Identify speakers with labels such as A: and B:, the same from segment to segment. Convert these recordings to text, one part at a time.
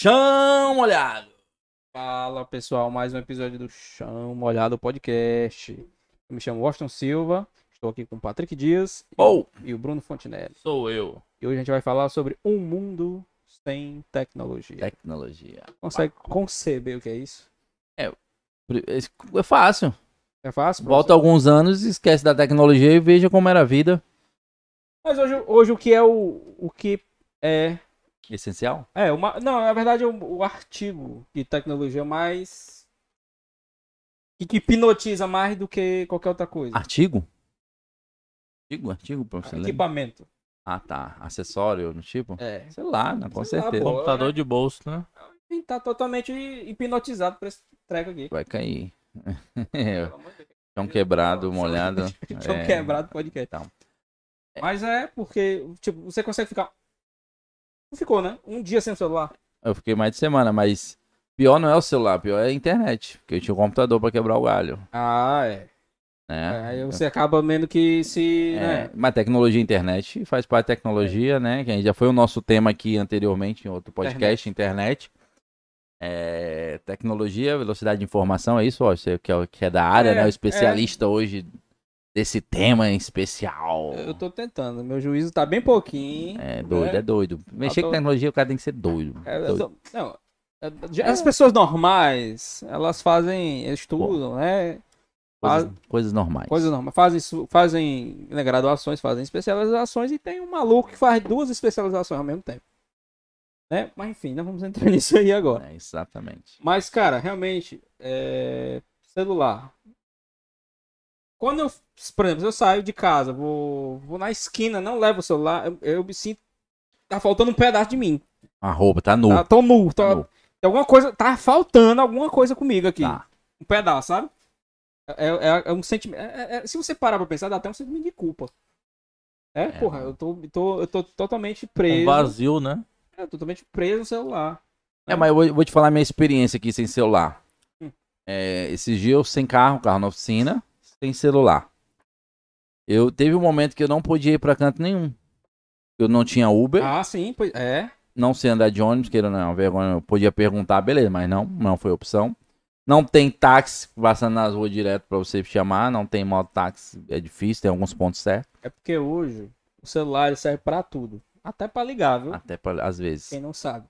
A: Chão Molhado. Fala pessoal, mais um episódio do Chão Molhado Podcast. Eu me chamo Washington Silva, estou aqui com o Patrick Dias e-
B: Ou
A: e o Bruno Fontinelli.
B: sou eu.
A: E hoje a gente vai falar sobre um mundo sem tecnologia.
B: Tecnologia.
A: Consegue conceber o que é isso?
B: É fácil.
A: É fácil? pra
B: Volta alguns anos, esquece da tecnologia e veja como era a vida.
A: você? Mas hoje, hoje o que é o, o que é.
B: Essencial?
A: É, uma, não, na verdade é o, o artigo de tecnologia mais. que que hipnotiza mais do que qualquer outra coisa.
B: Artigo? Artigo, artigo, pra você ler.
A: Equipamento.
B: Ah, tá. Acessório, no tipo?
A: É.
B: Sei lá, né? com
A: Sei lá,
B: certeza.
A: pô.
C: Computador de bolso, né?
A: Ele tá totalmente hipnotizado por esse treco aqui.
B: Vai cair. É,
A: Pelo amor de Deus.
B: Chão quebrado, molhado.
A: Chão
B: É.
A: quebrado podcast.
B: Então.
A: Mas é porque, tipo, você consegue ficar. Não ficou, né? Um dia sem o celular.
B: Eu fiquei mais de semana, mas pior não é o celular, pior é a internet. Porque eu tinha um computador pra quebrar o galho.
A: Ah, é.
B: Né?
A: Aí você acaba vendo que se.
B: É,
A: né?
B: mas tecnologia e internet faz parte da tecnologia, né? Que já foi o nosso tema aqui anteriormente em outro podcast, internet. É, tecnologia, velocidade de informação, é isso, ó, você que é, que é da área,
A: É,
B: né? O especialista hoje desse tema em especial.
A: Eu tô tentando. Meu juízo tá bem pouquinho.
B: É doido, é,
A: né?
B: doido. Mexer
A: tô-
B: com tecnologia, o cara tem que ser doido.
A: É, eu
B: doido.
A: tô- não, é, já- as pessoas normais, elas fazem, estudam, né?
B: Coisas, coisas normais. É,
A: Coisas normais. Fazem, su- fazem né, graduações, fazem especializações e tem um maluco que faz duas especializações ao mesmo tempo. Né? Mas enfim, não vamos entrar nisso aí agora.
B: É, exatamente.
A: Mas, cara, realmente, é, celular. Quando eu, por exemplo, se eu saio de casa, vou, vou na esquina, não levo o celular, eu, eu me sinto. Tá faltando um pedaço de mim.
B: A roupa tá nu.
A: Tá, tô nu, tô,
B: Tá nu.
A: tem alguma coisa, tá faltando alguma coisa comigo aqui.
B: Tá.
A: Um pedaço, sabe? É, é- é um sentimento. é- é- é- se você parar pra pensar, dá até um sentimento de culpa. É,
B: É.
A: porra, eu tô, tô- eu tô totalmente
C: Um
A: preso.
C: vazio, né?
A: É, eu tô totalmente preso no celular.
B: É, mas eu vou, vou te falar minha experiência aqui sem celular.
A: Hum.
B: É, esses dias eu sem carro, carro na oficina, sem celular. Eu teve um momento que eu não podia ir pra canto nenhum. Eu não tinha Uber,
A: Ah, sim, pois é.
B: não sei andar de ônibus, que era uma vergonha, eu podia perguntar, beleza, mas não, não foi opção. Não tem táxi passando nas ruas direto pra você chamar, não tem mototáxi, é difícil, tem alguns pontos certos,
A: É porque hoje o celular ele serve pra tudo. Até pra ligar, viu?
B: até pra, às vezes.
A: Quem não sabe.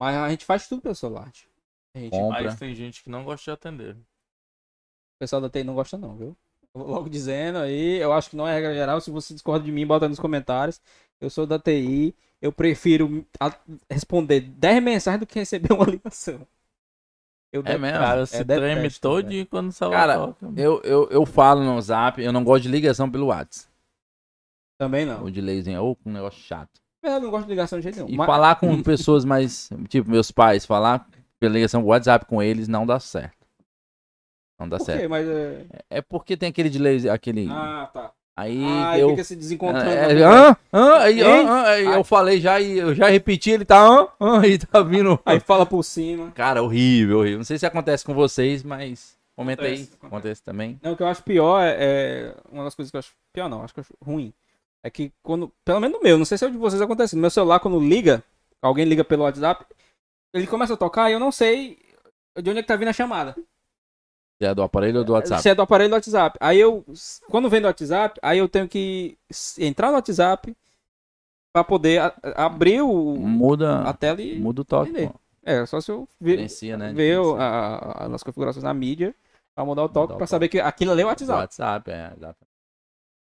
A: Mas a gente faz tudo pelo celular. tio. A gente,
B: Bom.
A: o
B: Compra.
C: Mas tem gente que não gosta de atender.
A: pessoal da TI não gosta, não, viu? Eu vou Logo dizendo aí, eu acho que não é regra geral. Se você discorda de mim, bota nos comentários. Eu sou da TI, eu prefiro a- responder 10 mensagens do que receber uma ligação. Eu
B: É
A: detesto.
B: mesmo?
C: Cara, se treme
A: detesto,
C: todo
A: velho.
C: e quando o celular
B: Cara,
C: toca.
B: Eu, eu, eu falo no zap, eu não gosto de ligação pelo WhatsApp.
A: Também não.
B: O delayzinho é ô, um negócio chato.
A: Na verdade, eu não gosto de ligação de jeito nenhum.
B: E
A: Mas-
B: falar com pessoas mais. Tipo, meus pais, falar pela ligação WhatsApp com eles não dá certo. Não dá
A: Por quê?
B: certo.
A: Mas, é...
B: É porque tem aquele delay, aquele.
A: Ah, tá.
B: aí
A: ah,
B: eu.
A: fica se desencontrando.
B: É,
A: na
B: é, hã? Hã? Aí,
A: Hein?
B: hã? Hã? Aí eu falei já e eu já repeti, ele tá. Hã? Hã? E tá vindo.
A: Aí fala por cima.
B: Cara, horrível, horrível. Não sei se acontece com vocês, mas. Comenta aí.
A: Acontece,
B: Acontece, também.
A: Não, o que eu acho pior é, é- Uma das coisas que eu acho. Pior não, acho que eu acho ruim. É que quando. Pelo menos no meu, não sei se é o de vocês acontece. No meu celular, quando liga, alguém liga pelo WhatsApp, ele começa a tocar e eu não sei de onde é que tá vindo a chamada.
B: Se é do aparelho ou do WhatsApp?
A: Se é do aparelho do WhatsApp. Aí eu. Quando vem do WhatsApp, aí eu tenho que s- entrar no WhatsApp pra poder a- a- abrir o, a
B: Muda.
A: tela e.
B: Muda o toque.
A: um Entender.
B: pô.
A: É, só se eu ver,
B: Diferencia, né?
A: ver o-
B: Diferencia.
A: a- a- as configurações na mídia pra mudar o
B: Mudar
A: toque
B: o
A: pra
B: toque.
A: saber que aquilo ali é o
B: Do
A: WhatsApp.
B: WhatsApp, é, exato.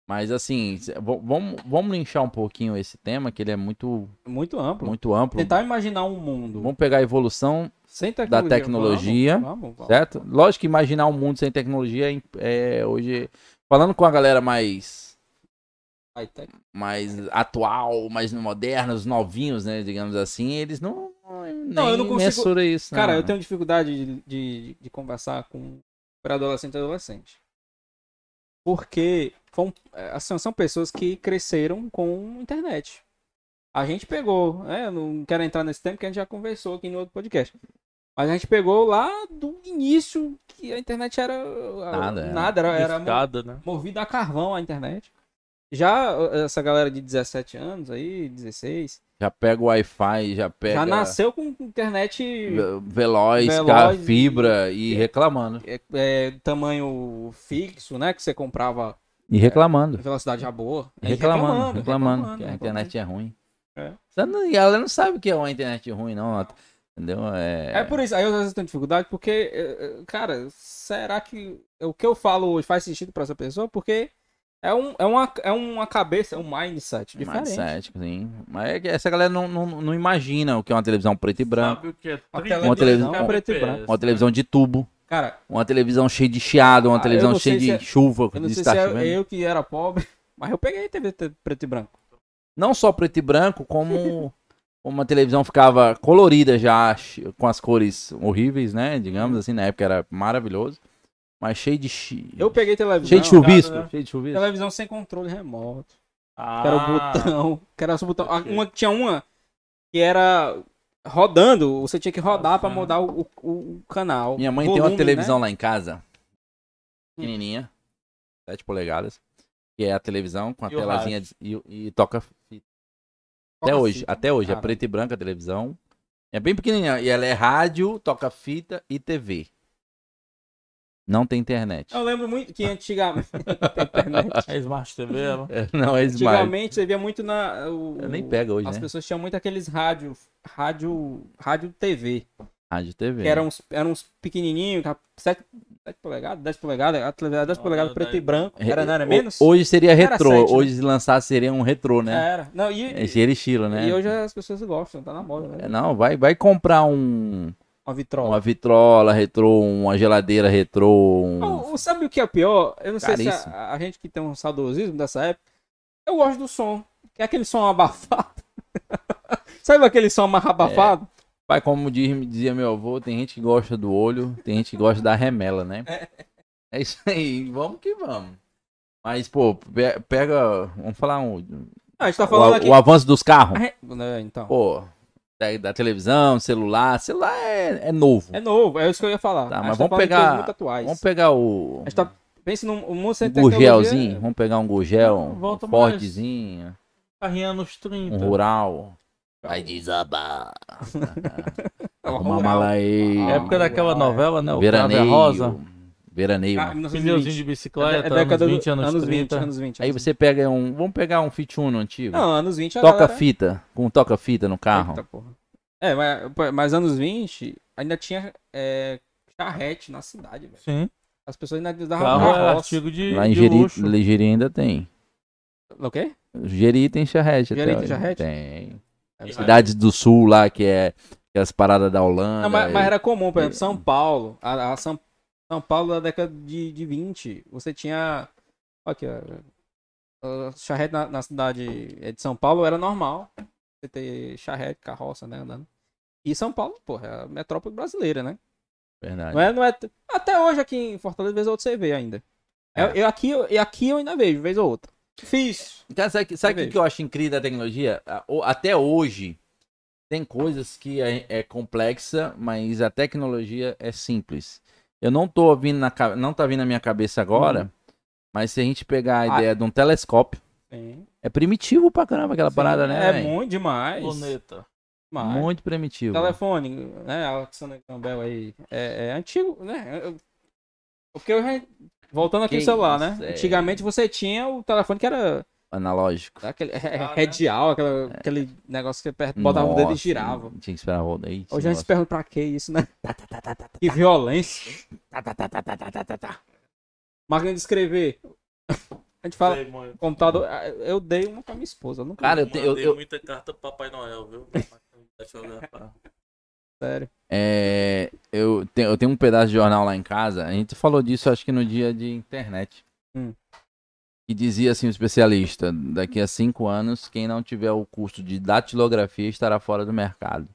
B: Mas assim, se- v- vamos, vamos linchar um pouquinho esse tema, que ele é muito,
A: Muito amplo.
B: muito amplo.
A: Tentar imaginar um mundo
B: Vamos pegar a evolução,
A: sem
B: da
A: tecnologia.
B: tecnologia,
A: Vamos, vamos, vamos.
B: certo? Lógico que imaginar um mundo sem tecnologia é im- é hoje. Falando com a galera mais,
A: High tech.
B: mais atual, mais moderna, os novinhos, né? Digamos assim, eles não. Nem
A: Não, eu não consigo-
B: mensura isso.
A: Cara,
B: não.
A: eu tenho dificuldade de, de, de conversar com pré-adolescente e adolescente. Porque foram- é, assim, são pessoas que cresceram com internet. A gente pegou, né? Eu não quero entrar nesse tempo que a gente já conversou aqui no outro podcast. Mas a gente pegou lá do início que a internet era.
B: Nada, era
A: nada era, era
C: Discada, né?
A: movido a carvão a internet. Já eh, essa galera de 17 anos aí, 16,
B: Já pega o Wi-Fi, já pega.
A: Já nasceu com internet
B: ve- Veloz,
A: Veloz
B: ca-
A: e-
B: fibra e reclamando.
A: é, é, tamanho fixo, né? Que você comprava
B: E reclamando.
A: em velocidade já boa.
B: E
A: É,
B: reclamando, reclamando, que a
A: reclamando.
B: internet é ruim.
A: É.
B: Você não- e ela não sabe o que é uma internet ruim, não. Entendeu? É,
A: É por isso, aí eu às vezes tenho dificuldade, porque, eh, eh, cara, será que é o que eu falo hoje faz sentido pra essa pessoa? Porque é, um, é, uma, é uma cabeça, é um mindset diferente.
B: Mindset, sim. Mas é que essa galera não, não, não imagina o que é uma televisão preto e branco,
C: Sabe o que é
A: Uma
C: 30
A: televisão
B: televisão
A: preto e
C: FPS,
A: branco.
B: uma televisão de tubo,
A: Cara,
B: uma televisão cheia de chiado, uma
A: Ah, eu
B: televisão
A: não sei
B: cheia de
A: se é-
B: chuva.
A: eu não
B: de
A: sei se é
B: chovendo.
A: eu que era pobre, mas eu peguei TV te- preto e branco.
B: Não só preto e branco, como uma televisão ficava colorida já, che- com as cores horríveis, né?
A: Hum.
B: Digamos assim, na época era maravilhoso. Mas cheio de. Chi...
A: Eu peguei televisão.
B: Cheio de chuvisco.
C: cara, né?
B: Cheio de chuvisco.
A: Televisão sem controle remoto.
C: Ah,
A: Que era o botão. Que era só o botão. Ah,
C: ok.
A: Uma, tinha uma que era rodando. Você tinha que rodar pra
C: Bacana.
A: mudar o, o- o canal.
B: Minha mãe tem
A: Volume, né?
B: uma televisão lá em casa, pequenininha, 7 polegadas, que é a televisão com a
C: E o
B: telazinha de- e, e toca fita. Até
A: Toca
B: hoje,
A: fita.
B: até hoje, é
A: Cara.
B: preta e branca a televisão. É bem pequenininha e ela é rádio, toca fita e TV. Não tem internet.
A: Eu lembro muito que antigamente. internet.
C: É Smart TV, ela.
B: É, Não é smart.
A: Antigamente você via muito na. o-
B: Eu nem pega hoje,
A: As
B: né?
A: pessoas tinham muito aqueles rádio. Rádio. Rádio TV.
B: Rádio e TV.
A: Que um eram uns, eram uns pequenininhos, 7, polegadas, 10 polegadas. A televisão 10
C: Não,
A: polegadas
C: era
A: preto
C: daí.
A: e branco.
B: Ah, Re-
A: Era, não era
B: ho-
A: menos?
B: Hoje seria
A: Era
B: retrô.
A: sete, né?
B: Hoje se lançar seria um retrô, né?
A: Era. Não, e,
B: Esse era estilo, né?
A: e hoje é- as pessoas gostam, tá na moda, né?
B: É, Não, vai, vai comprar um
A: Uma vitrola.
B: Uma vitrola retrô, uma geladeira retrô. Um...
A: Ou- ou sabe o que é pior? Eu não sei se
B: Caríssimo.
A: a, a gente que tem um saudosismo dessa época, eu gosto do som. Que é aquele som abafado. sabe aquele som mais abafado?
B: Pai, como diz- dizia meu avô, tem gente que gosta do olho, tem gente que gosta da remela, né? É isso aí, vamos que vamos. Mas, pô, pe- pega. Vamos falar um.
A: Ah, a gente tá
B: o,
A: falando
B: a-
A: aqui.
B: o avanço dos carros.
A: É, então.
B: Pô, da, da televisão, celular. Celular é, é novo.
A: É novo, é isso que eu ia falar.
B: Tá,
A: A gente
B: mas
A: tá
B: vamos
A: falando de
B: pegar-
A: coisas Muito atuais.
B: Vamos pegar o.
A: A gente tá. Pensa num um mundo sem
B: Um
A: tecnologia.
B: gurgelzinho. Vamos pegar um gurgel, um
C: Volta mais.
B: Fordzinho,
C: Carrinha nos 30.
B: um
A: Então.
B: rural. Vai desabar.
A: É,
B: Arruma a mala aí.
C: É época daquela novela, né? O
B: Veraneio.
C: Cravo é Rosa. Um
B: Veraneio.
A: Ah, 1920.
C: Pneuzinho de
A: É
C: bicicleta,
A: da década
C: anos
A: do-
C: 20, anos, 30.
A: anos 20.
B: Aí
A: anos
B: você pega um. Vamos pegar um Fit Uno antigo.
A: Não, anos 20 a galera-
B: Toca-fita. Com toca-fita no carro.
A: Eita, porra. É, mas, pô, mas anos 20 ainda tinha é, charrete na cidade, velho.
C: Sim.
A: As pessoas ainda usavam
C: Carro é
A: carroça.
C: artigo de,
B: Lá em
C: de
B: Jeri,
C: luxo.
B: Ligeri ainda tem.
A: O quê?
B: Jeri tem charrete.
A: Jeri
B: até
A: tem
B: hoje.
A: charrete?
B: Tem.
A: É, sabe?
C: E
B: Cidades do Sul lá, que é, que é as paradas da Holanda.
A: Não, mas, mas era comum, por exemplo,
B: É.
A: São Paulo. A, a São, São Paulo da década de, de 20, você tinha. ó Aqui, ó. a Charrete na, na cidade é, de São Paulo era normal. Você ter charrete, carroça, né? Andando. E São Paulo, porra, é a metrópole brasileira, né?
B: Verdade.
A: Não é, não é... Até hoje aqui em Fortaleza, vez ou outra você vê ainda. Eu,
B: É.
A: eu aqui, eu, e aqui eu ainda vejo, vez ou outra. Fiz.
B: Cara, sabe o que, sabe
A: Vejo.
B: que, que eu acho incrível da tecnologia? A- o- Até hoje, tem coisas que é, é complexa, mas a tecnologia é simples. Eu não tô vindo na ca- não tá vindo na minha cabeça agora, mas se a gente pegar a
A: Uhum. Ah.
B: ideia de um telescópio, é primitivo pra caramba aquela parada, né?
A: É
B: véi?
A: muito demais.
C: Planeta.
A: demais.
B: Muito primitivo.
A: Telefone, né? Alexander Campbell aí. É, é antigo, né? Eu- Porque eu já... Voltando aqui
B: Que
A: no celular,
B: isso,
A: né?
B: é.
A: Antigamente você tinha o telefone que era
B: Analógico.
A: aquele
C: né?
A: radial, aquela- aquele negócio que aperta- botava o dedo e
B: Nossa,
A: girava.
B: Tinha que esperar rodar aí.
A: Hoje a gente se pergunta pra que isso, né?
B: Tá,
A: Que violência.
B: tá,
A: Máquina de escrever. A gente fala,
C: Sei, mãe.
A: computador. ah, Eu dei uma pra minha esposa, eu nunca
B: Cara, eu, te-
C: Mandei
B: eu, eu,
C: muita carta pro Papai Noel, viu? Deixa eu olhar pra-
A: sério.
B: É, eu, te- eu tenho um pedaço de jornal lá em casa. A gente falou disso, acho que no dia de internet.
A: Hum.
B: E dizia assim o especialista: daqui a cinco anos, quem não tiver o curso de datilografia estará fora do mercado.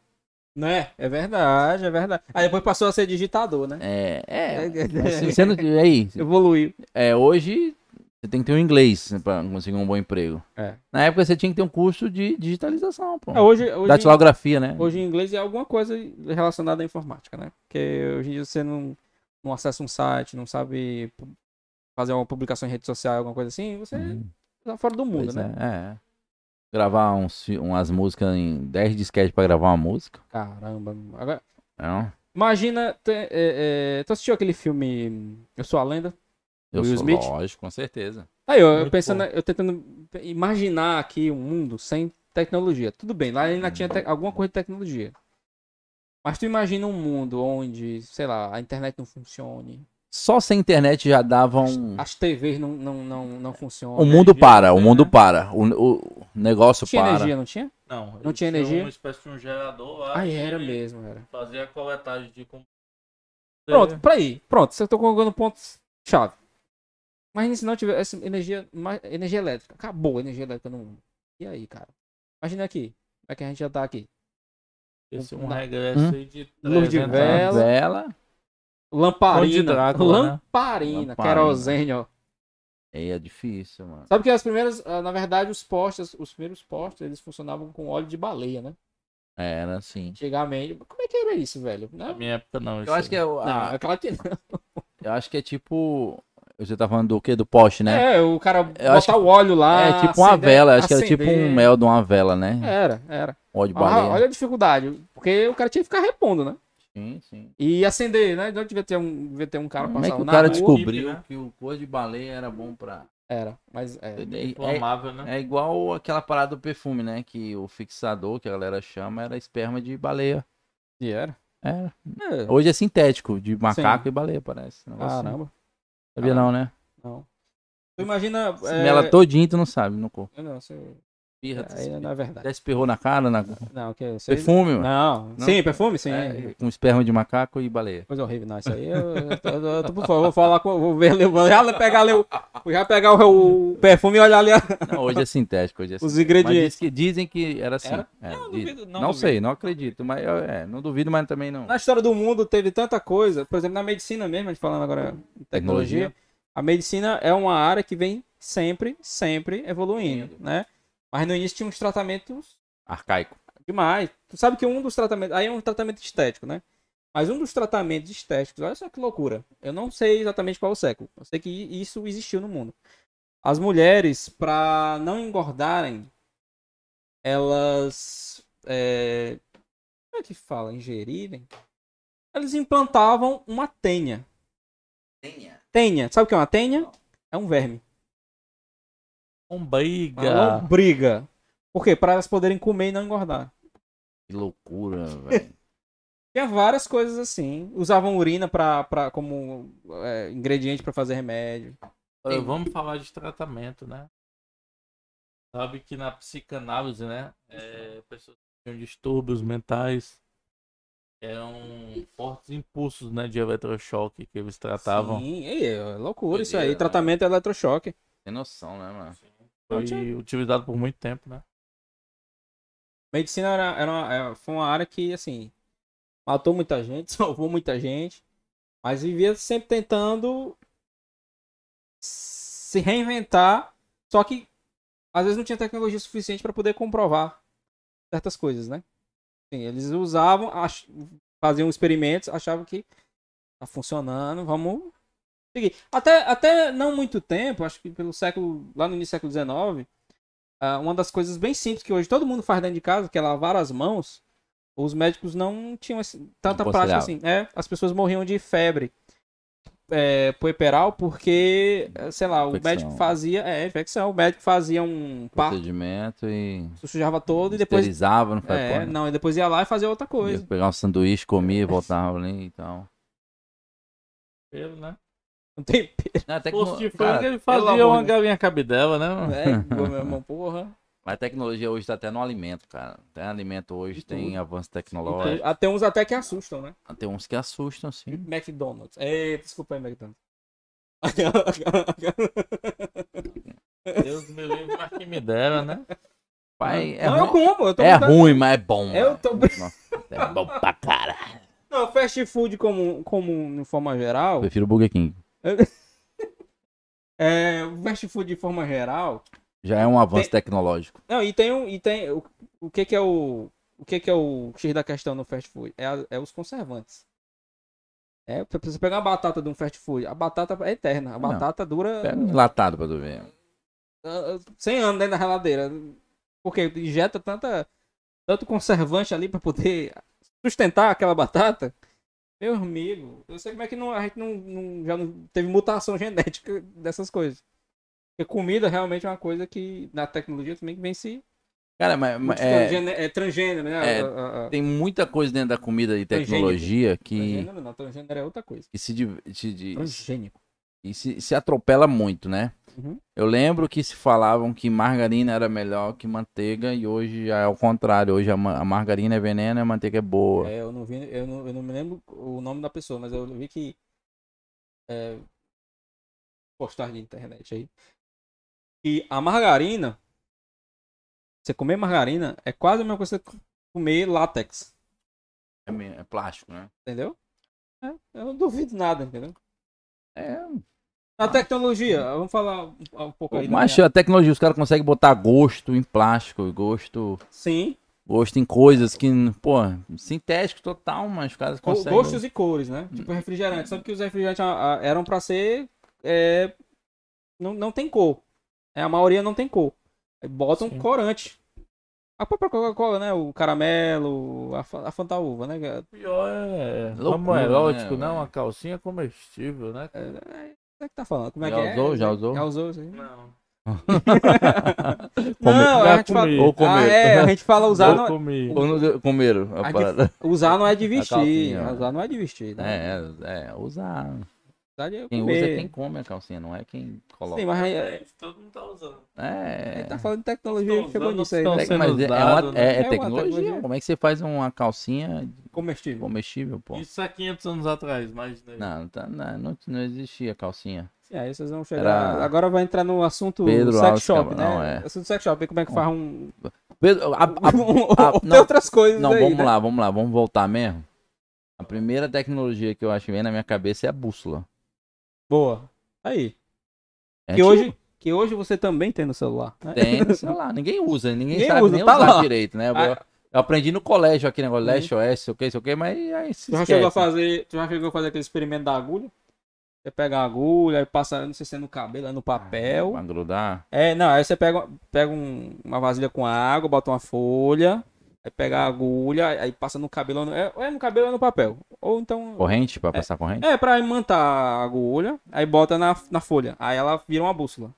A: Né? É verdade, é verdade. Aí depois passou a ser digitador, né?
B: É, é. mas se
A: É.
B: você não tiver aí,
A: Evoluiu.
B: é, hoje você tem que ter um inglês para conseguir um bom emprego.
A: É.
B: Na época você tinha que ter um curso de digitalização, pô.
A: É, hoje, hoje,
B: Datilografia, né?
A: hoje em inglês é alguma coisa relacionada à informática, né? Porque hoje em dia você não, não acessa um site, não sabe pu- fazer uma publicação em rede social, alguma coisa assim, você
B: Hum,
A: tá fora do mundo,
B: pois
A: né?
B: é, é. gravar uns, fi- umas músicas em 10 disquetes pra gravar uma música.
A: Caramba. Agora,
B: Não,
A: imagina. te- é, é, tu assistiu aquele filme Eu Sou a Lenda?
B: eu
A: Will
B: sou
A: Smith?
B: lógico, com certeza.
A: Aí eu, eu
C: Muito
A: pensando, eu tentando imaginar aqui um mundo sem tecnologia. Tudo bem, lá ainda tinha te- alguma coisa de tecnologia. Mas tu imagina um mundo onde, sei lá, a internet não funcione,
B: Só sem internet já dava um.
A: as TVs não, não, não, não funcionam.
B: O mundo
C: energia,
B: para, o
C: né?
B: mundo para. O, o negócio
A: Tinha
B: para.
A: energia, não tinha? Não
C: Não,
A: tinha
C: eles tinham
A: energia?
C: Uma espécie de um gerador lá.
A: Ah, era
C: que
A: mesmo, era.
C: Fazia a coletagem de como.
A: Pronto, pra aí. Pronto, você tô colocando pontos chave. Mas se não tiver essa energia, ma- energia elétrica. Acabou a energia elétrica no mundo. E aí, cara? Imagina aqui. Como é que a gente já tá aqui?
C: Esse é
A: Hum.
C: um regresso aí de.
A: Luz de
C: 300
A: vela.
C: anos.
B: Vela.
C: Onde
A: Lamparina.
C: Drácula, né?
A: lamparina,
B: Lamparina.
A: querosene, ó.
B: Aí é difícil, mano.
A: Sabe que as primeiras, ah, na verdade, os postes, os primeiros postes, eles funcionavam com óleo de baleia, né?
B: Era assim.
A: Antigamente. Como é que era isso, velho?
C: Na
A: Não,
C: minha época não.
B: Eu acho que é, o-
A: não
B: a-
A: é claro que não.
B: eu acho que é tipo. Você tá falando do quê? Do poste, né?
A: É, o cara
B: acho
A: botar
B: que-
A: o óleo lá.
B: É, tipo uma
A: acender-
B: vela. Acho que era tipo
A: acender.
B: um mel de uma vela, né?
A: Era, era.
B: Óleo de
A: Ah,
B: baleia.
A: olha a dificuldade. Porque o cara tinha que ficar repondo, né?
B: Sim, sim.
A: E acender, né? Não devia ter um, devia ter um cara
B: Como é
A: passando
B: que o
A: na
B: cara
A: rua.
B: descobriu
C: né?
B: que o coisa de baleia era bom pra.
A: Era, mas é.
B: É,
C: Inflamável, né?
B: é igual aquela parada do perfume, né? Que o fixador que a galera chama era esperma de baleia.
A: E era.
B: Era.
A: É.
B: Hoje é sintético, de macaco e baleia, parece. Um negócio assim.
A: Caramba.
B: Sabia não, né?
A: Não. Tu imagina.
B: Se
A: é,
B: mela todinho, tu não sabe no corpo.
A: Não, você...
B: Pirra, tu
A: Aí não é verdade.
B: já espirrou na cara, na...
A: Não, que isso aí-
B: perfume, mano.
A: Não.
B: Não?
A: Sim, perfume, sim.
B: É, com esperma de macaco e baleia.
A: Coisa horrível, não. Isso aí eu, eu, tô- eu tô por favor, vou falar com. Vou ver, vou já pegar ali o. vou Já pegar o, o perfume e olhar ali a-
B: Não, hoje é sintético, hoje é
A: os
B: sintético. Mas
A: ingredientes.
B: diz que- dizem que era assim.
A: Era?
B: É,
A: Não,
B: diz-
A: duvido, não
B: não
A: duvido.
B: sei, não acredito. Mas eu- é, não duvido, mas também não.
A: Na história do mundo teve tanta coisa, por exemplo, na medicina mesmo, a gente falando agora em tecnologia,
B: Tecnologia.
A: a medicina é uma área que vem sempre, sempre evoluindo, né? Mas no início tinha uns tratamentos
B: Arcaico.
A: demais. Tu sabe que um dos tratamentos, aí é um tratamento estético, né? Mas um dos tratamentos estéticos, olha só que loucura. Eu não sei exatamente qual é o século. Eu sei que isso existiu no mundo. As mulheres, para não engordarem, elas. é, Como é que fala? Ingerirem? Elas implantavam uma tenha. Tenha. Sabe o que é uma tenha? É um verme. é-
C: Um
A: Uma
C: Lombriga.
A: lombriga. Por quê? Para elas poderem comer e não engordar.
B: Que loucura, velho.
A: Tinha várias coisas assim. Usavam urina pra, pra, como é, ingrediente pra fazer remédio.
C: Olha, Vamos falar de tratamento, né? Sabe que na psicanálise, né? é, pessoas que tinham distúrbios mentais eram fortes impulsos, né? De eletrochoque que eles tratavam.
A: Sim, e, é loucura isso
B: Doideira,
A: aí.
B: né?
A: Tratamento é eletrochoque.
B: Tem noção, né, mano?
C: Foi utilizado por muito tempo, né?
A: Medicina era, era uma- é, foi uma área que, assim, matou muita gente, salvou muita gente. Mas vivia sempre tentando se reinventar. Só que, às vezes, não tinha tecnologia suficiente pra poder comprovar certas coisas, né? Assim, eles usavam, ach- faziam experimentos, achavam que tá funcionando, vamos seguir. Até, até não muito tempo, acho que pelo século, lá no início do século XIX, ah, uma das coisas bem simples que hoje todo mundo faz dentro de casa, que é lavar as mãos, os médicos não tinham esse- tanta
B: Não
A: prática
B: considerava.
A: assim. É, as pessoas morriam de febre é, puerperal porque, eh, sei lá, o
B: Infecção.
A: médico fazia, é, infecção, o médico fazia um parto,
B: Procedimento e.
A: sujava todo e depois
B: Esterilizava, não faz
A: é,
B: porra.
A: não, e depois ia lá e fazia outra coisa.
B: Ia pegar um sanduíche, comia, voltava ali então. e tal.
C: Pelo, né?
A: Não tem pena.
B: Não, a tecno-
C: Posto de
B: cara,
C: fã que ele
A: pelo
C: fazia
A: amor
C: uma
A: de-
C: galinha cabidela,
B: Ah.
C: né? mano?
A: É, meu irmão, porra.
B: mas a tecnologia hoje tá até no alimento, cara. Tem alimento hoje,
A: De
B: tem avanço
A: Tem,
B: tecnológico.
A: ah, tem uns até que assustam, né?
B: Tem uns que assustam, assim.
A: McDonald's. É, desculpa aí, McDonald's.
C: Deus me livre, mas que me dera, né?
B: Pai, é
A: não, eu
B: ruim,
A: como, eu tô
B: é
A: muito-
B: ruim mas é bom.
A: Eu
B: mano.
A: tô-
B: Nossa, É bom pra caralho.
A: Não, fast food como, como de forma geral.
B: Prefiro Burger King.
A: É, o fast food de forma geral.
B: Já é um avanço
A: Tem-
B: tecnológico.
A: Não, e tem um. E tem, o, o que que é o. O que que é o X da questão no fast food? É, a- é os conservantes. É, pra você pegar uma batata de um fast food, a batata é eterna. A batata dura
B: É, Pega um enlatado pra tu ver.
A: ah, ah, 100 anos dentro da geladeira. Porque injeta tanta, tanto conservante ali para poder sustentar aquela batata. Meu amigo, eu sei como é que não, a gente não, não- já não teve mutação genética dessas coisas. Porque comida realmente é uma coisa que na tecnologia também que vem se
B: Cara, mas, mas
A: modificando.
B: é,
A: Gene- é transgênero, né?
B: é,
A: A- a- a-
B: tem muita coisa dentro da comida e tecnologia que,
A: Transgênero não, transgênero é outra coisa.
B: que se, div- se di-
A: Transgênico.
B: e se, se atropela muito, né?
A: Uhum.
B: Eu lembro que se falavam que margarina era melhor que manteiga e hoje já é o contrário. Hoje a, ma- a margarina é veneno e a manteiga é boa.
A: É, eu não vi, eu não, eu não me lembro o nome da pessoa, mas eu vi que é, postar de internet aí. E a margarina, você comer margarina é quase a mesma coisa que você comer látex,
B: É, me- é plástico, né?
A: entendeu? É, eu não duvido nada, entendeu?
B: É,
A: Na tecnologia, vamos falar um, um pouco aí. da
B: mas
A: minha-
B: a tecnologia, os caras conseguem botar gosto em plástico, gosto,
A: Sim,
B: gosto em coisas que, pô, sintético total, mas os caras
A: co-
B: conseguem.
A: gostos e cores,
B: Uhum.
A: né? Tipo refrigerante. Sabe que os refrigerantes ah, ah, eram pra ser. é, não, não tem cor. É, a maioria não tem cor. Aí Botam
C: Sim.
A: corante. A própria Coca-Cola, né? O caramelo, a, fa- a Fanta Uva, né? É,
C: Pior é
B: Loucura,
C: ramo erótico,
B: né,
C: né?
B: velho?
C: Uma calcinha comestível, né?
A: é, é, como é que tá falando? Como é
B: Já
A: que é?
B: usou, já usou?
A: Já usou isso aí.
C: Não.
A: Não,
C: Já
A: a gente fala.
C: comi.
B: Ou
A: Ah,
B: comer.
A: é, a gente fala usar,
C: Eu
A: não,
C: comi.
B: Quando comeram a
A: A
B: parada.
A: usar não é de vestir.
B: calcinha, né?
A: Usar não é de vestir. Né?
B: É, é, usar.
A: Na verdade, é
B: Quem usa
A: comer.
B: é quem come a calcinha, não é quem coloca.
A: Sim, mas aí, é,
C: Todo mundo tá usando.
A: a
B: É.
A: gente tá falando de tecnologia,
C: Estão
A: chegou
C: usando,
A: nisso aí.
C: estão
A: Né?
B: Tec- mas é, é
C: usado,
B: uma-
C: né?
B: é- é
A: É uma
B: tecnologia.
A: tecnologia.
B: Como é que você faz uma calcinha
A: Comestível.
B: comestível, pô?
C: Isso há 500 anos atrás, imagina. aí.
B: Não, tá- não, não, não existia calcinha.
A: Sim, É, aí vocês vão chegar.
B: Era-
A: Agora vai entrar no assunto
B: Pedro
A: sex
B: Alves
A: shop, né?
B: Cabral, é.
A: Assunto sex shop, como é que faz um.
B: Pedro, a- a-
A: um-
B: a-
A: tem
B: não,
A: outras coisas
B: não,
A: aí.
B: vamos
A: né?
B: lá, vamos lá, vamos voltar mesmo. A primeira tecnologia que eu acho que vem na minha cabeça é a bússola.
A: Boa. Aí.
B: É
A: que,
B: antigo.
A: hoje, que hoje você também tem no celular. Né?
B: tem, é no celular. ninguém usa, ninguém,
A: Ninguém
B: sabe
A: usa,
B: nem
A: tá
B: usar
A: lá.
B: direito, né? Eu,
A: Ah.
B: eu aprendi no colégio aqui, negócio
A: Sim.
B: leste, oeste, sei o que, sei o que, mas aí se
A: Tu já,
B: esquece.
A: chegou a fazer, tu já chegou a fazer aquele experimento da agulha? Você pega a agulha, aí passa, não sei se é no cabelo, é no papel.
B: Pra grudar.
A: É, não, aí você pega, pega um- uma vasilha com água, bota uma folha, aí pega a agulha, aí passa no cabelo, ou no- é, ou é no cabelo ou é no papel. Ou então.
B: Corrente, pra passar corrente?
A: É, pra imantar a agulha, aí bota na, na folha. Aí ela vira uma bússola.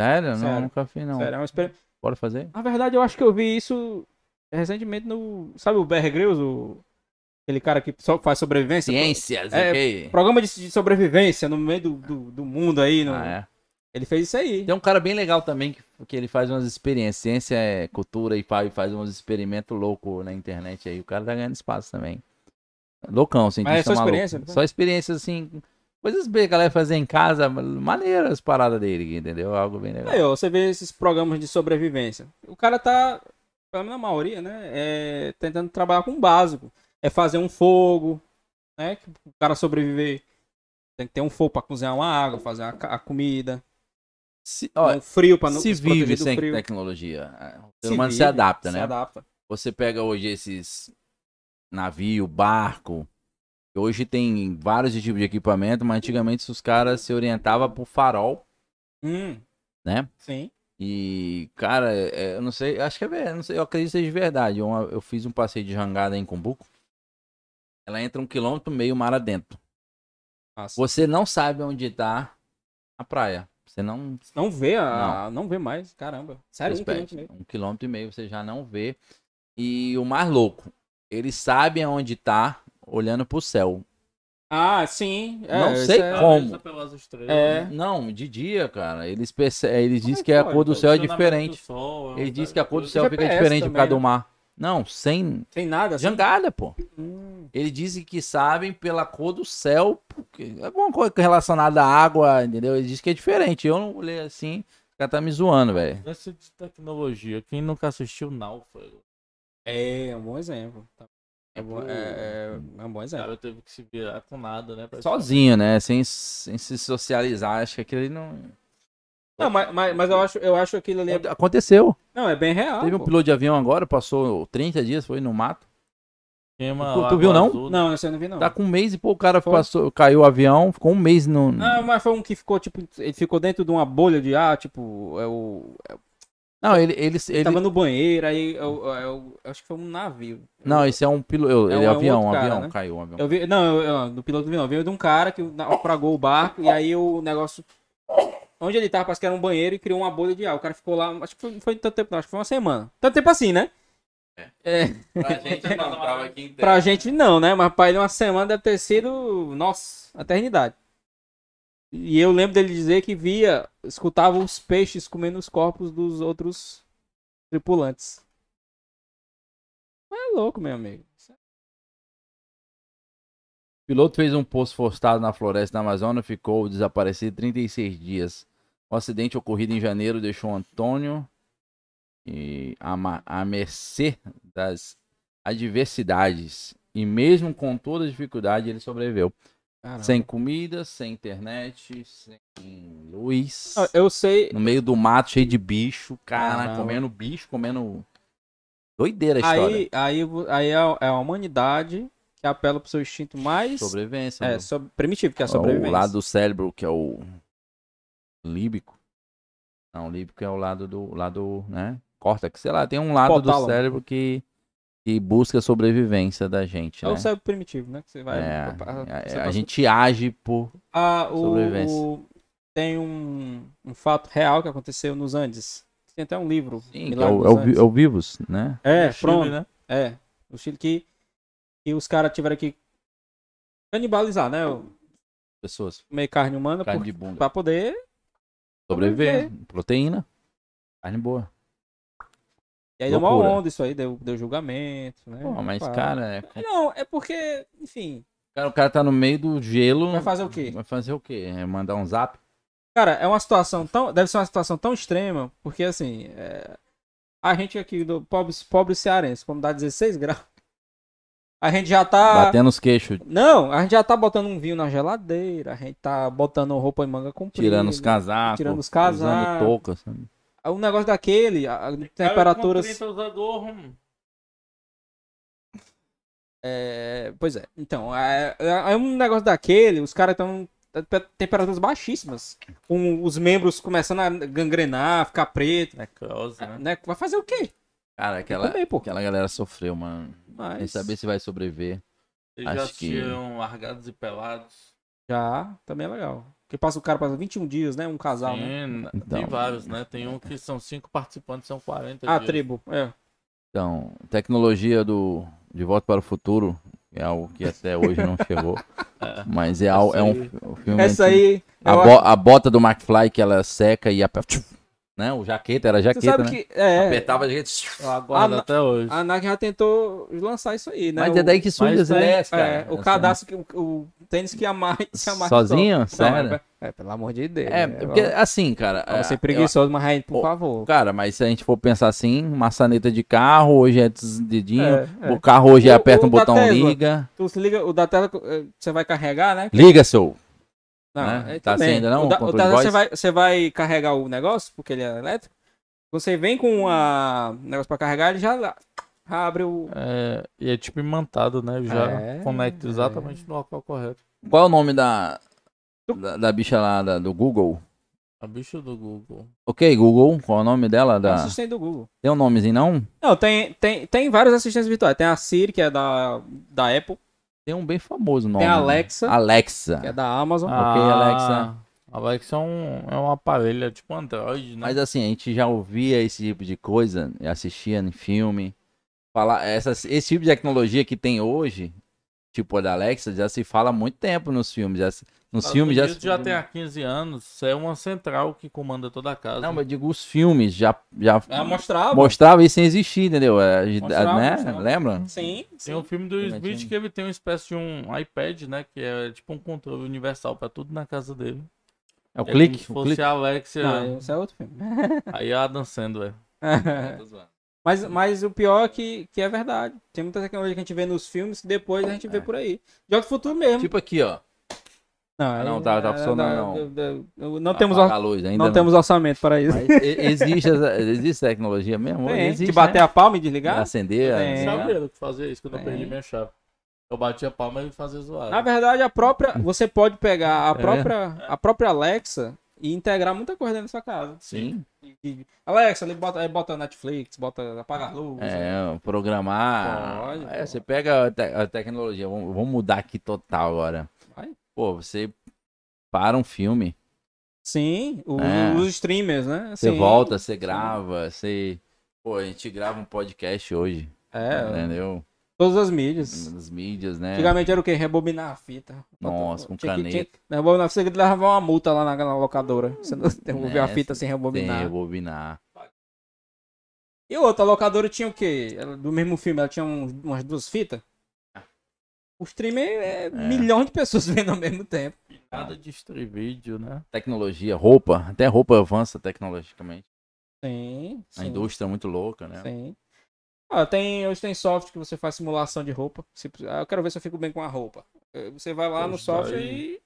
B: Sério? Não,
A: Sério.
B: nunca fiz, não.
A: Sério, é um exper-
B: Bora fazer?
A: Na verdade, eu acho que eu vi isso recentemente no. Sabe o Bear Grylls? O... Aquele cara que só faz sobrevivência?
B: Ciências,
A: É,
B: ok.
A: Programa de, de sobrevivência no meio do, do, do mundo aí. no-
B: Ah, é.
A: Ele fez isso aí.
B: Tem um cara bem legal também que, que ele faz umas experiências, ciência é cultura e faz, faz uns experimentos loucos na internet aí. O cara tá ganhando espaço também. Loucão, cientista
A: Mas é só
B: maluco.
A: experiência, né?
B: Só experiências assim, coisas bem que a galera fazer em casa, maneiras as paradas dele, entendeu? Algo bem legal.
A: Aí, ó, você vê esses programas de sobrevivência. O cara tá, pelo menos na maioria, né? é, tentando trabalhar com o básico. É fazer um fogo, né? Que o cara sobreviver. Tem que ter um fogo pra cozinhar uma água, fazer a, ca- a comida.
B: Se, ó,
A: um frio pra não
B: se
A: proteger
B: vive
A: do
B: sem
A: frio.
B: tecnologia. O ser
A: Se
B: humano se
A: vive,
B: adapta,
A: se
B: né?
A: adapta.
B: você pega hoje esses navio, barco. Hoje tem vários tipos de equipamento, mas antigamente os caras se orientavam por farol.
A: Hum.
B: Né?
A: Sim.
B: E, cara, é- eu não sei, acho que é verdade, não sei, eu acredito que seja verdade. Uma- eu fiz um passeio de jangada em Cumbuco. Ela entra um quilômetro e meio mar adentro.
A: Nossa.
B: Você não sabe onde tá a praia. Você não
A: Não vê a. Não. vê mais. Caramba. Sério, um
B: Prospect.
A: cliente mesmo.
B: Um quilômetro e meio você já não vê. E o mais louco, eles sabem aonde tá olhando pro céu.
A: Ah, sim. é,
B: Não
A: isso
B: sei
A: é-
B: como.
C: Talvez pelas estrelas,
A: É.
C: né?
B: Não, de dia, cara. Eles, perce... eles
A: Como é
B: dizem que
A: que
B: a
A: pode?
B: cor do céu é
C: Funcionamento do
B: diferente.
C: sol, é
B: Eles
C: um-
B: dizem que a cor do
C: Eu
B: céu fica
A: GPS
B: diferente por
A: também,
B: causa do
A: né?
B: mar. Não, sem
A: Sem nada. Assim.
B: jangada, pô.
A: Hum.
B: Eles dizem que sabem pela cor do céu, porque é alguma coisa relacionada à água, entendeu? Eles dizem que é diferente. Eu não olhei assim, o cara tá me zoando, velho.
C: Lance de tecnologia. Quem nunca assistiu Náufrago?
A: É, é um bom exemplo. Tá. É, bom-
C: pro-
A: é- é- é um bom
C: O
A: exemplo.
C: cara teve que se virar com nada, né? pra-
B: Sozinho, né? Sem, sem se socializar. Acho que aquilo ali não.
A: Não, mas, mas, mas eu, acho, eu acho aquilo ali. é-
B: Aconteceu.
A: Não, é bem real.
B: Teve um
A: pô.
B: piloto de avião agora, passou 30 dias, foi no mato.
C: Queima
B: Tu- tu
C: Lagoa
B: viu, não?
C: Azul,
A: Não, esse eu não vi, não.
B: Tá com um mês e pô, o cara
A: Foi. Ah.
B: passou, caiu o avião, ficou um mês no.
A: Não, mas foi um que ficou, tipo, ele ficou dentro de uma bolha de ar, tipo, é ah, o. é o-
B: Não, ele. ele, ele-
A: Tava no banheiro, aí eu, eu- eu- eu acho que foi um navio.
B: Não, esse é um piloto.
A: É
B: É
A: um-
B: um,
A: é um
B: avião,
A: outro
B: um
A: cara,
B: avião.
A: né?
B: Caiu um avião.
A: Eu vi, não, eu, eu- do piloto do avião. Veio de um cara que naufragou o barco e aí o negócio. Onde ele tava, parece que era um banheiro e criou uma bolha de ar. O cara ficou lá, acho que foi, não foi tanto tempo, não, acho que foi uma semana. Tanto tempo assim, né? É.
B: Pra gente não, tava aqui em
A: Pra gente não, né? Mas pra ele uma semana deve ter sido, nossa, a eternidade. E eu lembro dele dizer que via, escutava os peixes comendo os corpos dos outros tripulantes. Mas É louco, meu amigo.
B: O piloto fez um poço forçado na floresta da Amazônia, ficou desaparecido 36 dias. O acidente ocorrido em janeiro deixou Antônio e a, ma- à mercê das adversidades. E mesmo com toda a dificuldade, ele sobreviveu.
A: Caramba.
B: Sem comida, sem internet, sem luz.
A: Ah, Eu sei,
B: No meio do mato, cheio de bicho, cara,
A: Caramba.
B: comendo bicho, comendo. Doideira a história.
A: aí, aí, vo- aí é a- é a humanidade que apela pro seu instinto mais
B: Sobrevivência.
A: é,
B: mano.
A: sob- primitivo, que é a
B: o
A: sobrevivência.
B: lado do cérebro, que é o líbico. Não, o líbico é o lado do. lado, né? Córtex, sei lá, tem um lado do
A: Hipotálamo.
B: cérebro que, que busca a sobrevivência da gente,
A: é
B: né?
A: o cérebro primitivo, né? Que você vai.
B: É,
A: pa- pa-
B: a-
A: você
B: a,
A: passa-
B: gente age por.
A: Ah, o,
B: Sobrevivência.
A: o- tem um, um fato real que aconteceu nos Andes. Tem até um livro.
B: Sim, que é,
A: Milagre
B: o, é,
A: dos
B: o, vi-
A: Andes.
B: é o vivos, né?
A: É,
C: No Chile,
A: pronto.
C: né?
A: É. O Chile que, que os caras tiveram que canibalizar, né?
B: Pessoas.
A: Comer carne humana
B: É Carne
A: por,
B: de bunda.
A: pra poder.
B: Sobreviver. Proteína. Carne boa.
A: E aí deu uma
B: Loucura.
A: onda isso aí, deu, deu julgamento, né?
B: Pô, mas,
A: Pá.
B: cara, é
A: É, Não, é porque, enfim,
B: Cara, o cara tá no meio do gelo.
A: vai fazer o quê?
B: Vai fazer o quê? É mandar um zap?
A: Cara, é uma situação tão. Deve ser uma situação tão extrema, porque assim. é, A gente aqui, do pobre, pobre cearense, como dá 16 graus. A gente já tá.
B: Batendo os queixos,
A: Não, a gente já tá botando um vinho na geladeira, a gente tá botando roupa em manga comprida.
B: tirando os casacos.
A: Tirando os casacos.
B: Usando touca, sabe?
A: Um negócio daquele, a, a
C: Cara,
A: temperaturas.
C: com 30 usador, hum.
A: É, pois é. Então, é, é- é um negócio daquele, os caras estão temperaturas baixíssimas, com os membros começando a gangrenar, ficar preto,
C: Necrose, né?
A: né? Vai fazer o quê?
B: Cara, aquela,
A: Também, pô.
B: aquela galera sofreu, mano.
A: Mas
B: Sem saber se vai sobreviver.
C: Eles já
B: Acho que-
C: assistiam Largados e Pelados.
A: já, também é legal. Porque passa o cara passa 21 dias, né? Um casal, né?
C: Tem,
B: Então.
C: tem vários, né? Tem um que são cinco participantes, são 40
A: Ah,
C: dias.
A: tribo. É.
B: Então, tecnologia do De Volta para o Futuro é algo que até hoje não chegou.
C: É.
B: Mas é, al- é um,
C: Essa
B: um filme.
A: Essa
B: antigo.
A: aí.
B: A,
A: eu
B: bo- a bota do McFly que ela seca e aperta. Né? O jaqueta era a
A: Você
B: jaqueta,
A: sabe
B: né?
A: que. É,
B: Apertava a gente.
C: Eu aguardo
A: Ah, na-
C: até hoje.
A: a NAC já tentou lançar isso aí, né?
B: Mas
A: O-
B: é daí que surge
C: mas
B: as
C: tem-
B: ideias, cara. assim.
A: é, o
B: Essa-
A: cadastro, que, o, o tênis que amarra. Que amarra
B: Sozinho? né?
A: só. Não,
B: Sério?
A: é, é, pelo amor de Deus.
B: É,
A: né?
B: porque assim, cara.
A: Pra você
B: é,
A: é preguiçoso, mas aí, por
B: Ô, eu-
A: favor.
B: cara, mas se a gente for pensar assim, maçaneta de carro, hoje é tz- dedinho.
A: É, é.
B: O carro hoje
A: O-
B: aperta
A: o
B: um
A: da
B: botão
A: Tesla.
B: liga.
A: Tu se liga, o da tela eh, você vai carregar, né?
B: Liga, seu.
A: Não,
B: Né?
A: é,
B: Tá
A: também.
B: sem ainda não,
A: O da,
B: o
A: o
B: controle
A: da
B: de
A: tela você
B: voz?
A: vai, você vai carregar o negócio, porque ele é elétrico. Você vem com a o negócio pra carregar, ele já, lá- já abre o.
C: É, e é tipo imantado, né? Já
A: É,
C: conecta
A: é.
C: exatamente no local correto.
B: Qual é o nome da, da, da bicha lá da- do Google?
C: A bicha É do Google.
B: Ok, Google, qual é o nome dela?
A: É um
B: Da...
A: assistente do Google.
B: Tem um nomezinho, não?
A: Não, tem, tem, tem vários assistentes virtuais. Tem a Siri, que é da, da Apple.
B: Tem um bem famoso nome.
A: Tem a
B: né?
A: Alexa.
B: Alexa.
A: Que é da Amazon.
B: Ah. Alexa.
C: Alexa é um, é um aparelho, é tipo Android, né?
B: Mas assim, a gente já ouvia esse tipo de coisa, assistia em filme. Falar, essas, esse tipo de tecnologia que tem hoje, tipo a da Alexa, já se fala há muito tempo nos filmes. Já, se- nos
C: Estados
B: filmes já,
C: Unidos
B: se-
C: já tem há 15 anos, isso é uma central que comanda toda a casa.
B: Não, mas eu digo, os filmes já, já
A: Ela Ah, mostrava.
B: mostrava isso sem existir, entendeu? É, a gente-
A: Mostrava,
B: né?
A: mostrava.
B: Lembra?
A: Sim, sim.
C: Tem um filme do
B: Imagina.
C: Smith que ele tem uma espécie de um iPad, né? Que é tipo um controle universal pra tudo na casa dele.
B: É o
C: É como
B: clique.
C: se
B: O
C: fosse
B: clique.
C: a Alexa,
A: um Não, isso é outro filme.
C: aí a Adam Sandler.
B: É.
A: Mas, mas o pior é que, que é verdade. Tem muita tecnologia que a gente vê nos filmes que depois a gente vê por aí. Joga do futuro mesmo.
B: É. Tipo aqui, ó.
A: não,
B: não,
A: aí-
B: tá- tá
A: ah,
B: funcionando,
A: Não, não temos, or-
B: Apaga a luz ainda.
A: não temos orçamento para isso.
B: Mas e- existe, essa- existe tecnologia mesmo?
A: Tem,
B: existe,
A: de bater
B: né?
A: a palma e desligar?
B: Acender. né?
A: Tem.
B: desligar.
C: Sabe eu que fazia isso quando eu
B: É.
C: perdi minha chave. Eu batia a palma e fazia zoada.
A: Na verdade, a própria. Você pode pegar a
B: É.
A: própria, a própria Alexa E integrar muita coisa dentro da sua casa.
B: Sim.
A: E- e- Alexa, ele bota, aí bota Netflix, bota apagar a luz. né?
B: É, programar.
A: Pode,
B: É,
A: pode.
B: você pega a, te- a tecnologia, vamos, vamos mudar aqui total agora.
A: Vai.
B: Pô, você para um filme,
A: Sim, o-
B: É.
A: os streamers, né?
B: você
A: Sim.
B: volta, você grava, você. Pô, a gente grava um podcast hoje, tá
A: É,
B: entendeu?
A: todas as mídias.
B: Nas mídias, né?
A: Antigamente era o quê? Rebobinar a fita.
B: Nossa, com
A: Tinha que-
B: caneta.
A: tinha- Rebobinar a fita, você levava uma multa lá na, na locadora. Você não devolveu a
B: Né,
A: fita sem
B: Tem
A: rebobinar.
B: rebobinar.
A: E outra, a locadora tinha o quê? Ela- do mesmo filme, ela tinha um- umas duas fitas? O streamer é, milhões de pessoas vendo ao mesmo tempo.
C: Nada de stream vídeo, né?
B: Tecnologia, roupa, até roupa avança tecnologicamente.
A: Sim, sim.
B: A indústria é muito louca, né?
A: Sim. Ah, tem, hoje tem software que você faz simulação de roupa. Se- ah, eu quero ver se eu fico bem com a roupa. Eh, Você vai lá no
C: Pois
A: software
C: daí.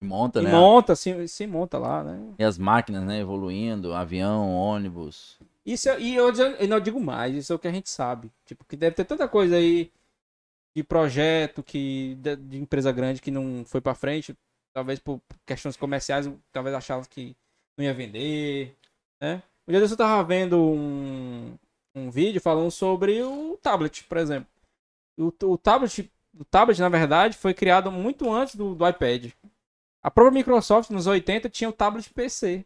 A: e,
B: Monta,
A: e
B: né?
A: monta, se, se monta lá, né?
B: E as máquinas, né? Evoluindo, avião, ônibus.
A: Isso, é- e eu, já- eu não digo mais, isso é o que a gente sabe. Tipo, que deve ter tanta coisa aí de projeto, que de, de empresa grande que não foi pra frente, talvez por questões comerciais, talvez achavam que não ia vender, né? Um dia desse eu tava vendo um, um vídeo falando sobre o tablet, por exemplo. O, o tablet, o tablet, na verdade, foi criado muito antes do, do iPad. A própria Microsoft, nos 80, tinha o tablet PC.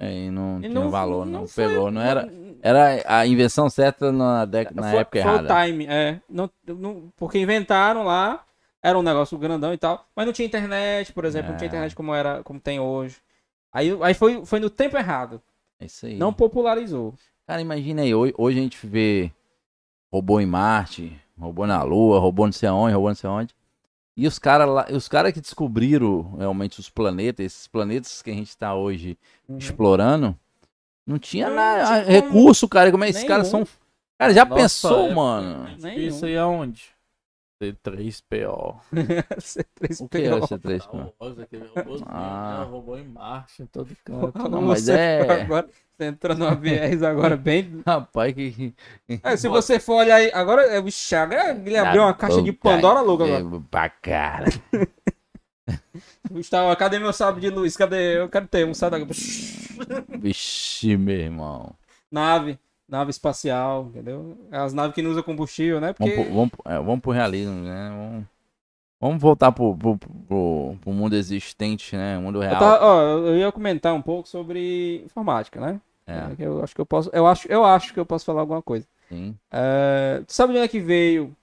B: É, E não
A: E
B: tinha valor, não, pegou, não era.
A: foi-
B: Era a invenção certa na, dec- na
A: foi,
B: época
A: foi
B: errada.
A: o time, é. Não, não- porque inventaram lá, era um negócio grandão e tal, mas não tinha internet, por exemplo, não tinha
B: É.
A: internet como, era, como tem hoje. Aí, aí foi, foi no tempo errado.
B: É isso aí.
A: Não popularizou.
B: Cara, imagina aí, hoje, hoje a gente vê robô em Marte, robô na Lua, robô não sei aonde, robô não sei onde. E os caras lá, os caras que descobriram realmente os planetas, esses planetas que a gente tá hoje explorando, não tinha
A: Uhum. É, tipo, Não,
B: nada,
A: tinha como-
B: recurso, cara. Como é que esses caras
A: nenhum.
B: são. Cara, já
C: Nossa,
B: pensou,
C: é-
B: mano?
A: Nenhum.
C: Isso aí aonde? C3PO.
A: C3PO.
B: O que é esse 3
C: Ah, o Oz, aquele robôzinho,
B: Ah.
C: né? robô em marcha em todo canto.
B: Não, mas é-
A: foi Agora, você entrou numa viés agora bem.
B: Rapaz, que- que.
A: É, se você for olhar aí. Agora, é, vixe, agora ele abriu uma caixa de
B: Puta
A: Pandora louca
B: que
A: agora.
B: é, Pra cara.
A: Gustavo, cadê meu sábio de luz? Cadê? Eu quero ter um sábio.
B: Vixe, meu irmão.
A: nave, nave espacial, entendeu? As naves que não usam combustível, né?
B: Vamos,
A: Porque
B: pro, vamos, pro- é, vamos pro realismo, né? Vamos, vamos voltar pro, pro, pro- pro mundo existente, né? O mundo
A: eu,
B: real.
A: tava- ó, eu ia comentar um pouco sobre informática, né?
B: É,
A: Que Eu acho que eu posso, eu acho, eu acho que eu posso falar alguma coisa.
B: sim.
A: É, tu sabe de onde é que veio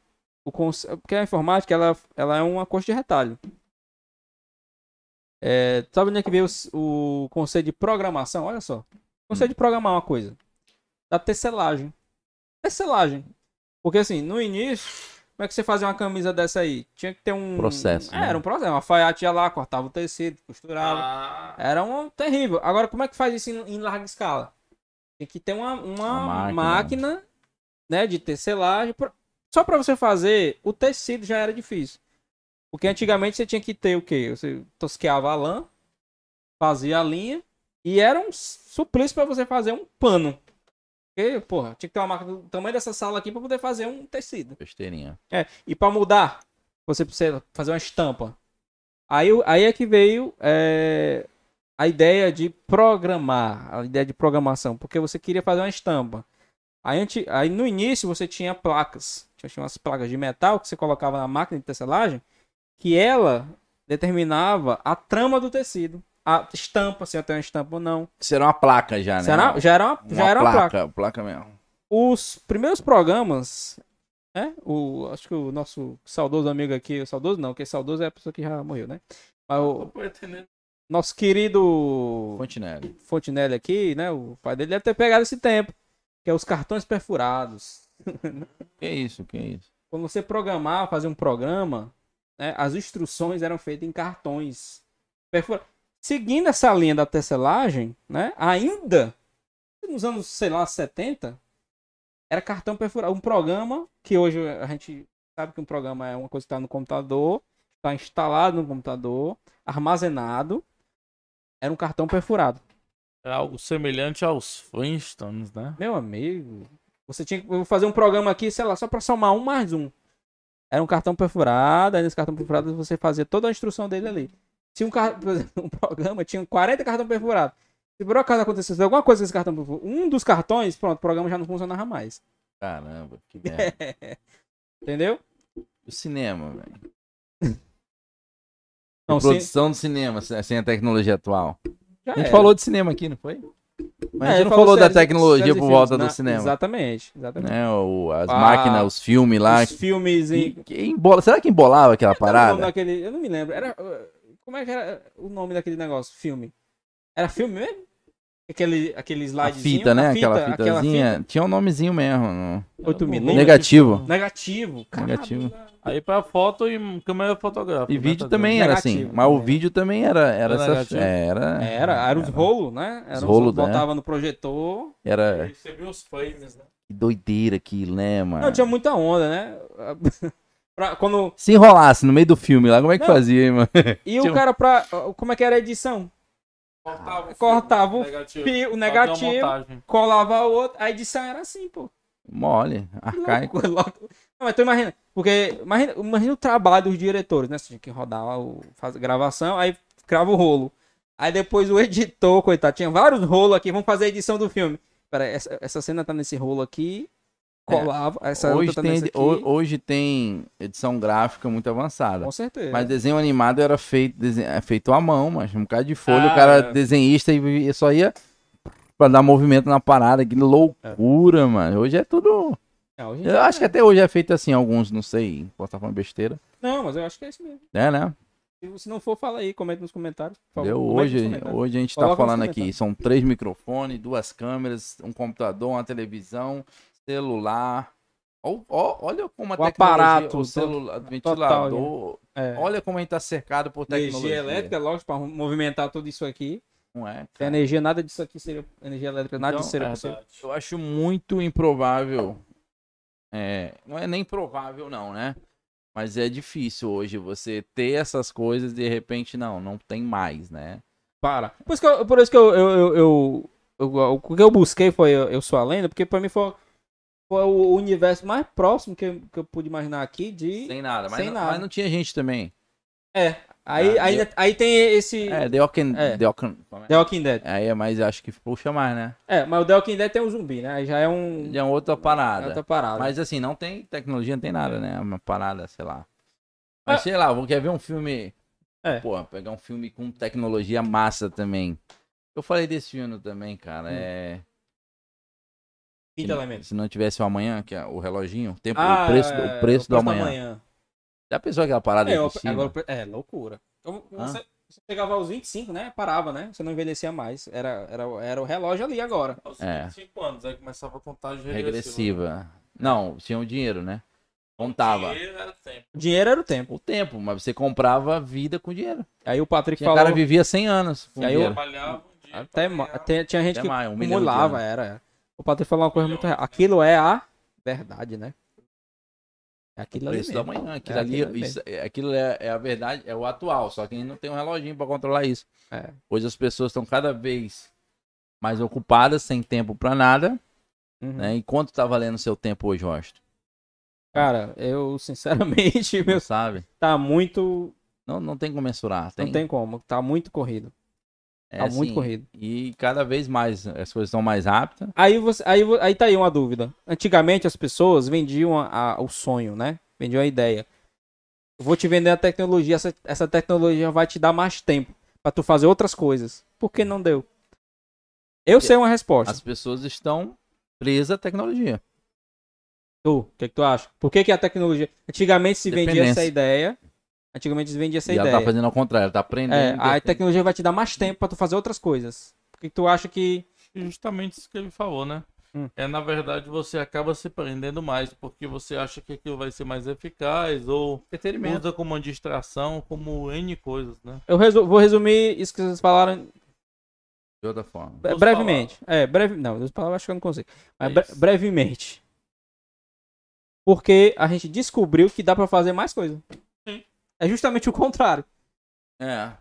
A: o conceito? Porque a informática ela, ela é uma coxa de retalho. É, tu sabe de onde é que veio o s- o, conceito de programação? Olha só, o conceito de programar uma coisa da tecelagem. Tecelagem, porque assim no início, como é que você fazia uma camisa dessa aí? Tinha que ter um
B: Processo,
A: É,
B: né?
A: Era um processo. Uma alfaiate ia lá, cortava o tecido, costurava.
C: Ah,
A: Era um terrível. Agora, como é que faz isso em, em larga escala? Tem que ter uma, uma
B: Uma máquina.
A: máquina. né, de tecelagem. pra- Só para você fazer, o tecido já era difícil. Porque antigamente você tinha que ter o quê? Você tosqueava a lã, fazia a linha, e era um suplício para você fazer um pano. Porque, porra, tinha que ter uma máquina do tamanho dessa sala aqui para poder fazer um tecido.
B: Besteirinha.
A: E pra mudar, você precisa fazer uma estampa. Aí, o- aí é que veio é, a ideia de programar, a ideia de programação, porque você queria fazer uma estampa. Aí, anti- aí no início você tinha placas, tinha tinha umas placas de metal que você colocava na máquina de tecelagem, que ela determinava a trama do tecido. A estampa, se ia ter uma estampa ou não.
B: Isso era uma placa já, né?
A: Se era- já era uma,
B: Uma
A: já era uma placa
B: placa. Placa mesmo.
A: os primeiros programas, né? O, acho que o nosso saudoso amigo aqui, o saudoso não, porque saudoso é a pessoa que já morreu, né? Mas
C: tô
A: o
C: pretendendo.
A: nosso querido
B: Fontenelle.
A: Fontinelli aqui, né? O pai dele deve ter pegado esse tempo, que é os cartões perfurados.
B: Que isso, que isso.
A: Quando você programar, fazer um programa, né, as instruções eram feitas em cartões perfurados. Seguindo essa linha da tecelagem, né? Ainda nos anos, sei lá, 70, era cartão perfurado. Um programa que hoje a gente sabe que um programa é uma coisa que está no computador, está instalado no computador, armazenado. Era um cartão perfurado.
C: É algo semelhante aos Flintstones, né?
A: Meu amigo, você tinha que eu vou fazer um programa aqui, sei lá, só pra somar um mais um. Era um cartão perfurado, aí nesse cartão perfurado você fazia toda a instrução dele ali. Se um, car... por exemplo, um programa tinha 40 cartões perfurados. Se por acaso acontecesse alguma coisa com esse cartão, perfurado, um dos cartões, pronto, o programa já não funcionava mais.
B: Caramba, que merda.
A: Entendeu?
B: O cinema, velho.
A: Não, se-
B: Produção do cinema sem sem a tecnologia atual.
A: já
B: A gente
A: era.
B: falou de cinema aqui, não foi? Mas
A: É,
B: a gente não
A: falou
B: falou da
A: séries-
B: tecnologia
A: séries e
B: por
A: filmes,
B: volta do
A: né?
B: cinema.
A: Exatamente, exatamente.
B: Né? O, as
A: Ah,
B: máquinas, os filmes lá.
A: Os filmes
B: que-
A: em.
B: que embola- será que embolava aquela
A: Parada.
B: parada?
A: eu não me lembro. Era, uh, como é que era o nome daquele negócio? Filme. Era filme mesmo? Aquele, aquele
B: A
A: slidezinho.
B: fita, né?
A: a fita,
B: aquela fitazinha. Tinha um nomezinho mesmo. não.
A: Oito
C: Eu não
A: minutos.
C: lembro disso,
B: Negativo.
A: fita.
C: não.
A: Negativo. cara.
B: Negativo.
C: Aí pra foto e câmera fotográfica.
B: E
C: né,
B: vídeo
C: tá
B: também
A: dizendo?
B: era assim.
A: Negativo
B: Mas o
A: também.
B: vídeo também era. Era.
C: Era
B: Essa, é,
C: negativo?
B: era,
A: Era, era os rolos, né? Era
B: Os
A: os
B: rolos, né?
A: Botava no projetor.
B: Era.
C: vendo? Você viu os frames, né?
B: Que doideira aquilo, né, mano?
A: Não, tinha muita onda, né? Pra- quando...
B: Se enrolasse no meio do filme lá, como é que
A: Não.
B: fazia, hein, mano?
A: E
B: Tinha
A: o
B: um-
A: cara pra. Como é que era a edição?
B: Ah,
C: Cortava o
A: Cortava
B: um
A: o
C: negativo.
A: fi- o
C: Fazia uma
A: negativo,
C: montagem.
A: colava o outro. A edição era assim, pô.
B: Mole, arcaico.
A: Loucura, loucura. Não, mas tu imagina, porque imagina, imagina o trabalho dos diretores, né? Você tinha que rodar lá o, faz a gravação, aí crava o rolo. Aí depois o editor, coitado, tinha vários rolos aqui, vamos fazer a edição do filme. Pera, aí, essa, essa cena tá nesse rolo aqui, colava, essa outra
B: É, Hoje
A: tá
B: tem,
A: nesse aqui.
B: ho- hoje tem edição gráfica muito avançada.
A: Com certeza.
B: Mas desenho animado era feito, desen- é feito à mão, mas um bocado de folha, o
A: Ah,
B: cara
A: é.
B: desenhista e e só ia pra dar movimento na parada. Que loucura, mano. Hoje é tudo.
A: Não, hoje em
B: Eu
A: dia-
B: acho que até hoje é feito assim, alguns, não sei, posso estar falando besteira.
A: Não, mas eu acho que é isso mesmo.
B: É, né?
A: Se- Se não for, fala aí, comenta nos comentários. por favor.
B: Deu
A: Comenta nos
B: hoje,
A: comentários.
B: hoje a gente tá
A: Coloca nos
B: falando aqui.
A: comentários.
B: São três microfones, duas câmeras, um computador, uma televisão, celular. Ó, ó, olha como a
A: O
B: tecnologia,
A: aparato,
B: o
A: to-
B: celular,
A: total,
B: ventilador.
A: É.
B: Olha como a gente tá cercado por tecnologia.
A: Energia elétrica, lógico, pra movimentar tudo isso aqui.
B: Não é?
A: Sem
B: cara?
A: energia, nada disso aqui seria. Energia elétrica, nada
B: Então,
A: disso seria
C: É,
A: possível.
C: tá.
B: Eu acho muito improvável. É, não é nem provável, não, né? Mas é difícil hoje você ter essas coisas e de repente, não, não tem mais, né?
A: Para. Por isso que eu, por isso que eu, eu, eu, eu- eu- o que eu busquei foi Eu, Eu Sou a Lenda, porque pra mim foi, foi o universo mais próximo que eu, que eu pude imaginar aqui de...
B: Sem nada. Mas,
A: sem
B: não,
A: nada.
B: mas não tinha gente também.
A: É, aí,
B: Ah,
A: aí,
B: eu-
A: aí tem esse...
B: É, The Walking...
A: É.
B: The Walking- como é?
A: The Walking Dead.
B: Aí é mais, acho que puxa mais, né?
A: É, mas o The Walking Dead tem um zumbi, né? Aí já é um...
B: Já é outra parada.
A: outra parada.
B: Mas assim, não tem tecnologia, não tem nada, né? É Uma parada, sei lá. Mas
A: Ah.
B: sei lá, vou- quer ver um filme.
A: É.
B: Pô, pegar um filme com tecnologia massa também. Eu falei desse filme também, cara.
A: Hum.
B: É.
A: Quinto elemento.
B: Se não tivesse o amanhã, que é o reloginho, Tipo, o tempo,
A: Ah,
B: o preço,
A: é,
B: o preço do amanhã. Já pensou aquela parada
A: É,
B: aí
A: o-
B: por cima? Ah.
A: agora o pre- é, loucura. Então,
B: Hã?
A: você, você chegava aos 25, né? Parava, né? Você não envelhecia mais. Era, era, era o relógio ali agora.
C: Aos
B: É.
C: 25 anos, aí começava a contagem regressiva.
B: Regressiva. Não, tinha o dinheiro, né? Contava.
C: Dinheiro era tempo.
A: O dinheiro era o tempo.
B: O tempo, mas você comprava a vida com dinheiro.
A: Aí o Patrick
B: Tinha
A: falou...
B: cara que vivia 100 anos com
A: E aí eu-
B: dinheiro.
C: Trabalhava um dia.
A: Até, ma- tem- tinha gente
B: Até
A: que
B: mais, um milhão de
A: acumulava,
B: anos.
A: era. é. O Patrick falou uma coisa muito real. Aquilo é a verdade, né? É aquilo ali
B: preço
A: mesmo.
B: da manhã. Aquilo
A: É,
B: ali,
A: aquilo ali
B: isso- é- aquilo é, é a verdade, é o atual. Só que a gente não tem um reloginho para controlar isso.
A: É.
B: Hoje as pessoas estão cada vez mais ocupadas, sem tempo para nada.
A: Uhum.
B: Né? E quanto tá valendo o seu tempo hoje, Rosto?
A: Cara, eu sinceramente,
B: Não
A: meu,
B: sabe?
A: tá muito.
B: Não, não tem como mensurar. Tem,
A: Não tem como. Tá muito corrido.
B: é
A: tá muito
B: assim,
A: corrido.
B: E cada vez mais as coisas estão mais rápidas.
A: Aí, você, aí, vo- aí tá aí uma dúvida. Antigamente as pessoas vendiam a- a- o sonho, né? Vendiam a ideia. Eu vou te vender a tecnologia, essa, essa tecnologia vai te dar mais tempo pra tu fazer outras coisas. Por que não deu? Eu sei uma resposta.
B: As pessoas estão presas à tecnologia.
A: Tu, o que, que tu acha? Por que, que a tecnologia. Antigamente se vendia
B: Dependência.
A: essa ideia. Antigamente se vendia essa
B: e
A: ideia.
B: ela tá fazendo ao contrário, ela tá aprendendo.
A: É, a
B: tem-
A: tecnologia vai te dar mais tempo pra tu fazer outras coisas. Por que, que tu acha que.
C: E justamente isso que ele falou, né?
A: Hum.
C: É, na verdade, você acaba se prendendo mais, porque você acha que aquilo vai ser mais eficaz, ou
B: Entretenimento.
C: usa como uma distração, como N coisas, né?
A: Eu resu- vou resumir isso que vocês falaram
B: De outra forma.
A: bre-
C: Duas
A: brevemente. É, breve. Não, duas palavras acho que eu não consigo. Mas
C: É
A: bre-
C: isso.
A: brevemente. Porque a gente descobriu que dá pra fazer mais coisas.
C: Sim.
A: É justamente o contrário.
B: É,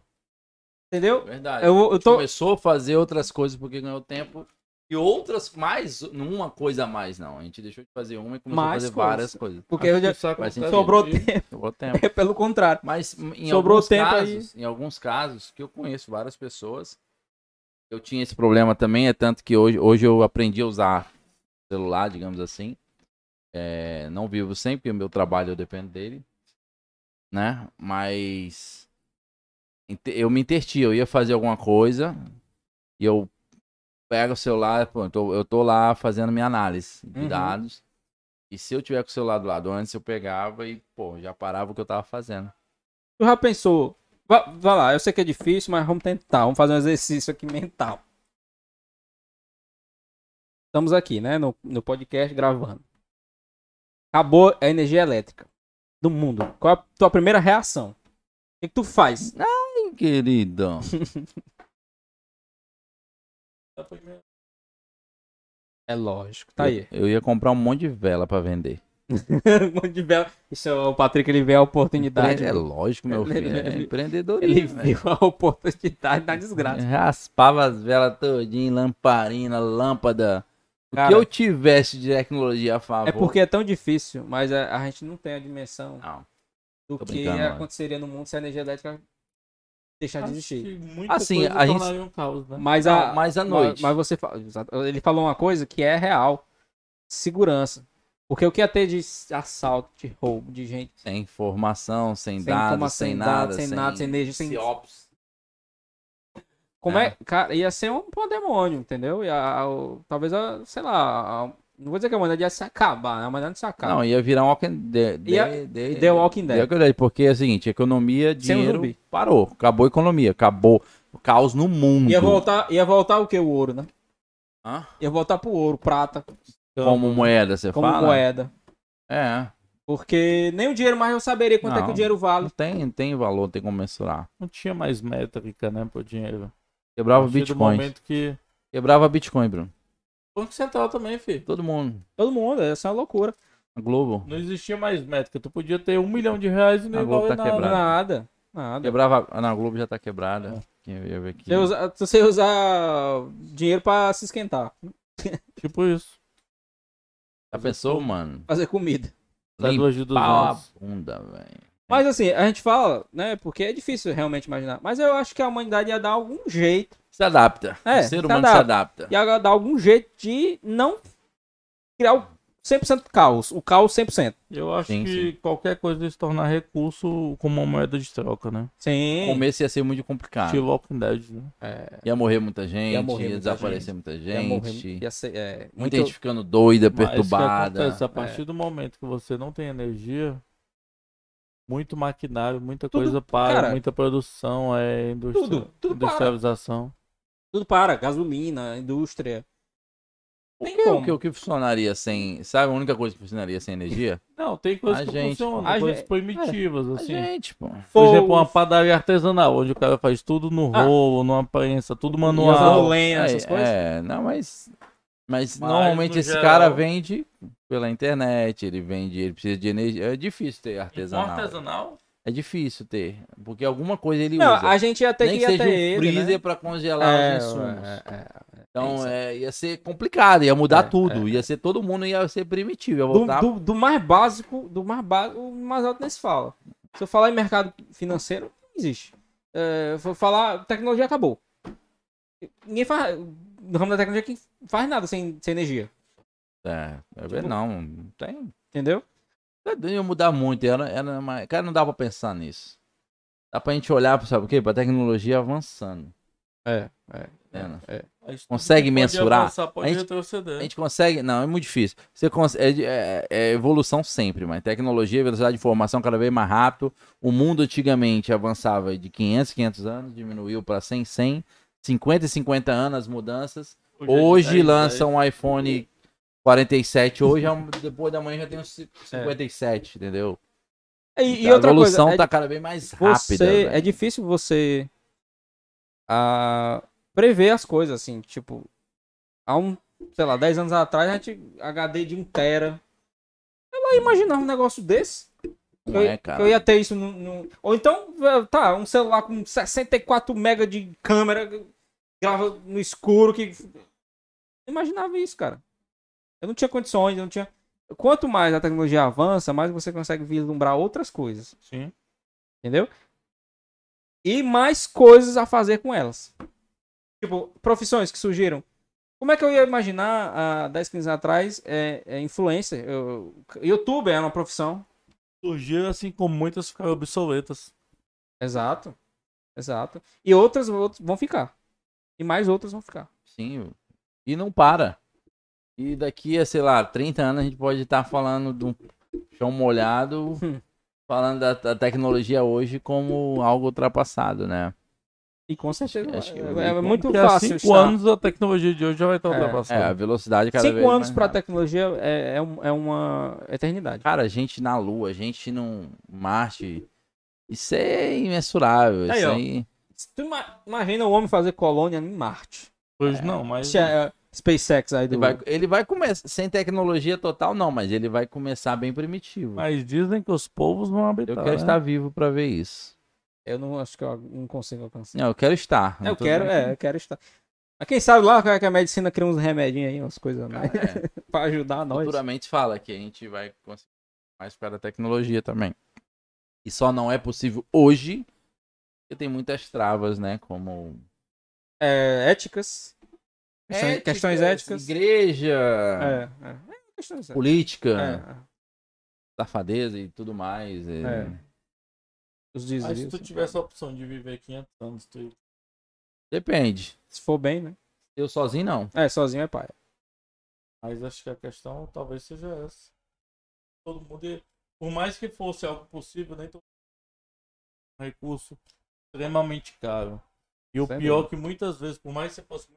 A: Entendeu?
B: verdade.
A: É, Eu, eu tô.
C: Ah,
B: Começou a fazer outras coisas porque ganhou tempo E outras mais, uma coisa a mais, não. A gente deixou de fazer uma e começou
A: Mais
B: a fazer
A: coisas.
B: várias coisas.
A: Porque
C: Acho
A: eu já
C: que isso
B: Mas
C: acontece
A: sobrou
C: de-
A: tempo.
B: Sobrou tempo.
A: É pelo contrário.
B: Mas em
A: Sobrou
B: alguns
A: tempo aí.
B: casos, em alguns casos que eu conheço várias pessoas, eu tinha esse problema também, é tanto que hoje, hoje eu aprendi a usar celular, digamos assim. É, não vivo sempre, porque o meu trabalho eu dependo dele, né? Mas inte- eu me intertia, eu ia fazer alguma coisa e eu pego o celular, pô, eu tô, eu tô lá fazendo minha análise de
A: Uhum.
B: dados. E se eu tiver com o celular do lado antes, eu pegava e, pô, já parava o que eu tava fazendo.
A: Tu já pensou? Vá, vá lá, eu sei que é difícil, mas vamos tentar. Vamos fazer um exercício aqui mental. Estamos aqui, né? No, no podcast gravando. Acabou a energia elétrica do mundo. Qual é a tua primeira reação? O que, que tu faz?
B: Queridão.
C: da primeira-
A: É lógico, tá aí.
B: Eu, eu ia comprar um monte de vela pra vender.
A: um monte de bela. Isso é o Patrick, ele vê a oportunidade.
B: Empre- É lógico, meu
A: Ele-
B: filho. É
A: ele-
B: empreendedorismo.
A: Ele
B: velho. É.
A: viu a oportunidade da desgraça.
B: Raspava as velas todinho, lamparina, lâmpada. O
A: Cara,
B: que eu tivesse de tecnologia a favor.
A: É porque é tão difícil, mas é, a, a gente não tem a dimensão
B: Não.
A: do
B: tô
A: que
B: brincando, mano.
A: aconteceria no mundo se a energia elétrica deixar de
C: Acho
A: existir.
C: que muita
B: Assim,
C: coisa
B: a gente-
C: tornaria um caos, né?
A: Mas
B: Não,
A: a
B: mas à noite.
A: Mas você fa- exato. ele falou uma coisa que é real. Segurança. Porque o que ia ter de assalto, de roubo, de gente
B: Sem informação, sem,
A: sem
B: dados,
A: informação,
B: sem
A: sem dados,
B: nada.
A: sem nada, sem energia, sem-
B: CIOPS.
A: Como é, cara, ia ser um pandemônio, entendeu? Ia, a- o- talvez, a, sei lá, a- não vou dizer que a humanidade ia se acabar, né? a humanidade não se acaba.
B: Não, ia virar um Walking Dead.
A: Ia-
B: de-
A: The Walking Dead.
B: The Walking Dead, Porque é o seguinte, economia,
A: Sem um
B: dinheiro,
A: zumbi.
B: parou. Acabou a economia, acabou o caos no mundo.
A: ia voltar, ia voltar o que o ouro, né?
B: Hã?
A: Ia voltar pro ouro, prata,
B: Como moeda, você
A: como
B: fala?
A: moeda.
B: É.
A: Porque nem o dinheiro mais eu saberia quanto é que
B: Não.
A: o dinheiro
B: Não
A: vale.
B: tem, não tem valor, não tem como mensurar.
C: Não tinha mais métrica, né, pro dinheiro. A
B: Quebrava
C: partir do
B: Bitcoin.
C: momento que...
B: Quebrava Bitcoin, Bruno.
C: O Banco Central também, filho.
B: Todo mundo.
A: Todo mundo, essa é uma loucura.
B: A Globo.
C: Não existia mais métrica. Tu podia ter um milhão de reais e não
B: A
C: ia
B: Globo
C: valer
B: tá
C: nada.
B: quebrada.
A: Nada, nada.
B: Quebrava. Ah, não, a Globo já tá quebrada. Quem ia ver aqui.
A: Você usa, você usar dinheiro pra se esquentar,
C: Tipo isso.
B: Já pensou, mano?
A: fazer comida.
C: Sai
B: Limpar
C: duas de
B: a
C: 200.
B: bunda, velho.
A: Mas assim, a gente fala, né? Porque é difícil realmente imaginar. Mas eu acho que a humanidade ia dar algum jeito.
B: Se adapta.
A: É,
B: o ser
A: se
B: humano se adapta.
A: Ia dar algum jeito de não criar o 100% caos. O caos 100%.
C: Eu acho
B: Sim,
C: que qualquer coisa ia se tornar recurso como uma moeda de troca, né?
A: Sim. É.
B: O começo ia ser muito complicado.
C: Tipo Walking Dead, né?
B: Ia morrer muita gente, ia,
A: morrer muita
B: desaparecer muita
A: Ia morrer,
B: gente.
A: ia ser, é,
B: Muita
A: muito...
B: gente ficando doida,
C: Mas o que
B: perturbada. é.
C: acontece, a partir do momento que você não tem energia, muito maquinário, muita
A: Tudo,
C: coisa para,
A: cara.
C: muita produção, é indústria,
A: Tudo, tudo para.
C: industrialização.
A: Tudo para, gasolina, indústria.
B: O
A: Tem
B: que, o,
A: como.
B: que, o que funcionaria sem. Sabe a única coisa que funcionaria sem energia?
C: Não, tem coisas
B: A
C: que
B: gente, é,
C: funcionam,
A: a
C: coisas
A: gente-
C: primitivas,
B: A
C: assim.
B: gente, pô.
C: Por
A: Fogo,
C: exemplo, uma padaria artesanal, onde o cara faz tudo no
A: Ah.
C: rolo, numa prensa, tudo
A: usando
C: manual.
A: lenha, essas
B: é,
A: coisas.
B: é, não, mas. Mas,
C: Mas,
B: normalmente
C: no
B: esse
C: geral-
B: cara vende pela internet, ele vende, ele precisa de energia. É difícil ter
C: Artesanal.
B: artesanal.
C: Um artesanal,
B: É difícil ter. Porque alguma coisa ele
A: Não,
B: usa.
A: a gente ia ter
B: Nem
A: que
B: que
A: ir
B: seja um
A: até ele,
B: freezer
A: né?
B: pra congelar
A: É,
B: os insumos.
A: é, é.
B: então
A: isso.
B: é, ia ser complicado, ia mudar
A: É,
B: tudo. Ia ser todo mundo, ia ser primitivo. Ia
A: Do,
B: voltar.
A: do- do mais básico, do mais básico, o mais alto nem se fala. Se eu falar em mercado financeiro, não existe. É, vou falar, tecnologia acabou. Ninguém faz. No ramo da tecnologia, quem faz nada sem, sem energia.
B: É, é ver-
A: Tipo-
B: não, não tem.
A: Entendeu?
B: Não Ia mudar muito, era, era mais... cara, não dá pra pensar nisso. Dá pra gente olhar, pra- sabe o quê? Pra tecnologia avançando. né?
A: É, é.
B: Entendendo?
C: mas tudo
B: Consegue
C: que pode
B: mensurar?
C: avançar, pode
B: A gente-
C: retroceder.
B: A gente consegue. Não, é muito difícil. Você cons- é, de- é- é evolução sempre, mas tecnologia, velocidade de informação cada vez mais rápido. O mundo antigamente avançava de 500, 500 anos, diminuiu para 100, 100, 50 e 50 anos as mudanças.
C: é de
B: Hoje
C: 10,
B: lança
A: né?
B: um iPhone 47, hoje é um- depois da manhã já tem um ci- 57, entendeu?
A: É. E, e
B: a
A: outra
B: evolução
A: coisa, é
B: tá cada vez mais
A: você,
B: rápida. né?
A: É
B: velho.
A: difícil você ah, prever as coisas, assim, tipo, há um, sei lá, 10 anos atrás a gente HD de 1 tera. Eu não imaginava um negócio desse.
B: Não
A: que, eu,
B: é,
A: que
B: cara.
A: eu ia ter isso no, no- Ou então, eh, tá, um celular com 64 mega de câmera, grava no escuro, que não imaginava isso, cara. Eu não tinha condições, eu não tinha. Quanto mais a tecnologia avança, mais você consegue vislumbrar outras coisas,
C: Sim.
A: entendeu? E mais coisas a fazer com elas. Tipo, profissões que surgiram. Como é que eu ia imaginar há 10, 15 anos atrás é, é influencer? Eu, youtuber é uma profissão.
C: Surgiu assim como muitas ficaram obsoletas.
A: Exato. Exato. E outras, outras vão ficar. E mais outras vão ficar.
B: Sim. E não para. E daqui a, sei lá, 30 anos a gente pode estar falando do chão molhado,
A: Hum.
B: falando da, da tecnologia hoje como algo ultrapassado, né?
A: E com certeza.
B: Acho que eu
A: é,
B: vi
A: é
B: com-
A: muito
C: Porque há
A: fácil.
C: 5
A: estar-
C: anos a tecnologia de hoje já vai estar
A: É,
B: É, a
C: ultrapassada.
B: velocidade cada
A: Cinco
B: vez
A: anos
B: mais
A: para a
B: rápida.
A: tecnologia é, é, um- é uma eternidade.
B: Cara, a gente na Lua, a gente não Marte. Isso é imensurável.
A: Aí,
B: isso
A: ó.
B: aí.
A: Tu ima- imagina o homem fazer colônia em Marte.
B: é.
C: Hoje não, mas.
A: Se a, a é, SpaceX aí
B: Ele
A: do.
B: vai, ele vai começar. Sem tecnologia total, não, mas ele vai começar bem primitivo.
C: Mas dizem que os povos vão
B: eu
C: habitar.
B: quero
C: né?
B: estar vivo pra ver isso.
A: Eu não acho que eu não consigo alcançar.
B: Não, eu quero estar. não
A: eu
B: tô
A: quero,
B: nem-
A: é, eu quero estar. Mas quem sabe lá é que a medicina cria uns remedinhos aí, umas coisas mais,
B: É,
A: pra ajudar nós.
B: futuramente fala que a gente vai conseguir mais para a tecnologia também. E só não é possível hoje, porque tem muitas travas, né? Como
A: É, éticas. Questões- questões éticas.
B: é, igreja,
A: É, é. É, questões éticas.
B: política,
A: É, é.
B: safadeza e tudo mais. e-
A: É. Os
C: Mas se
A: desvios.
C: tu tivesse a opção de viver 500 anos, tu
B: Depende.
A: Se for bem, né?
B: Eu sozinho não.
A: É, sozinho é pai.
C: Mas acho que a questão talvez seja essa. Todo mundo, ia- por mais que fosse algo possível, nem todo um recurso extremamente caro. E o
A: Sem
C: pior é que muitas vezes, por mais que você fosse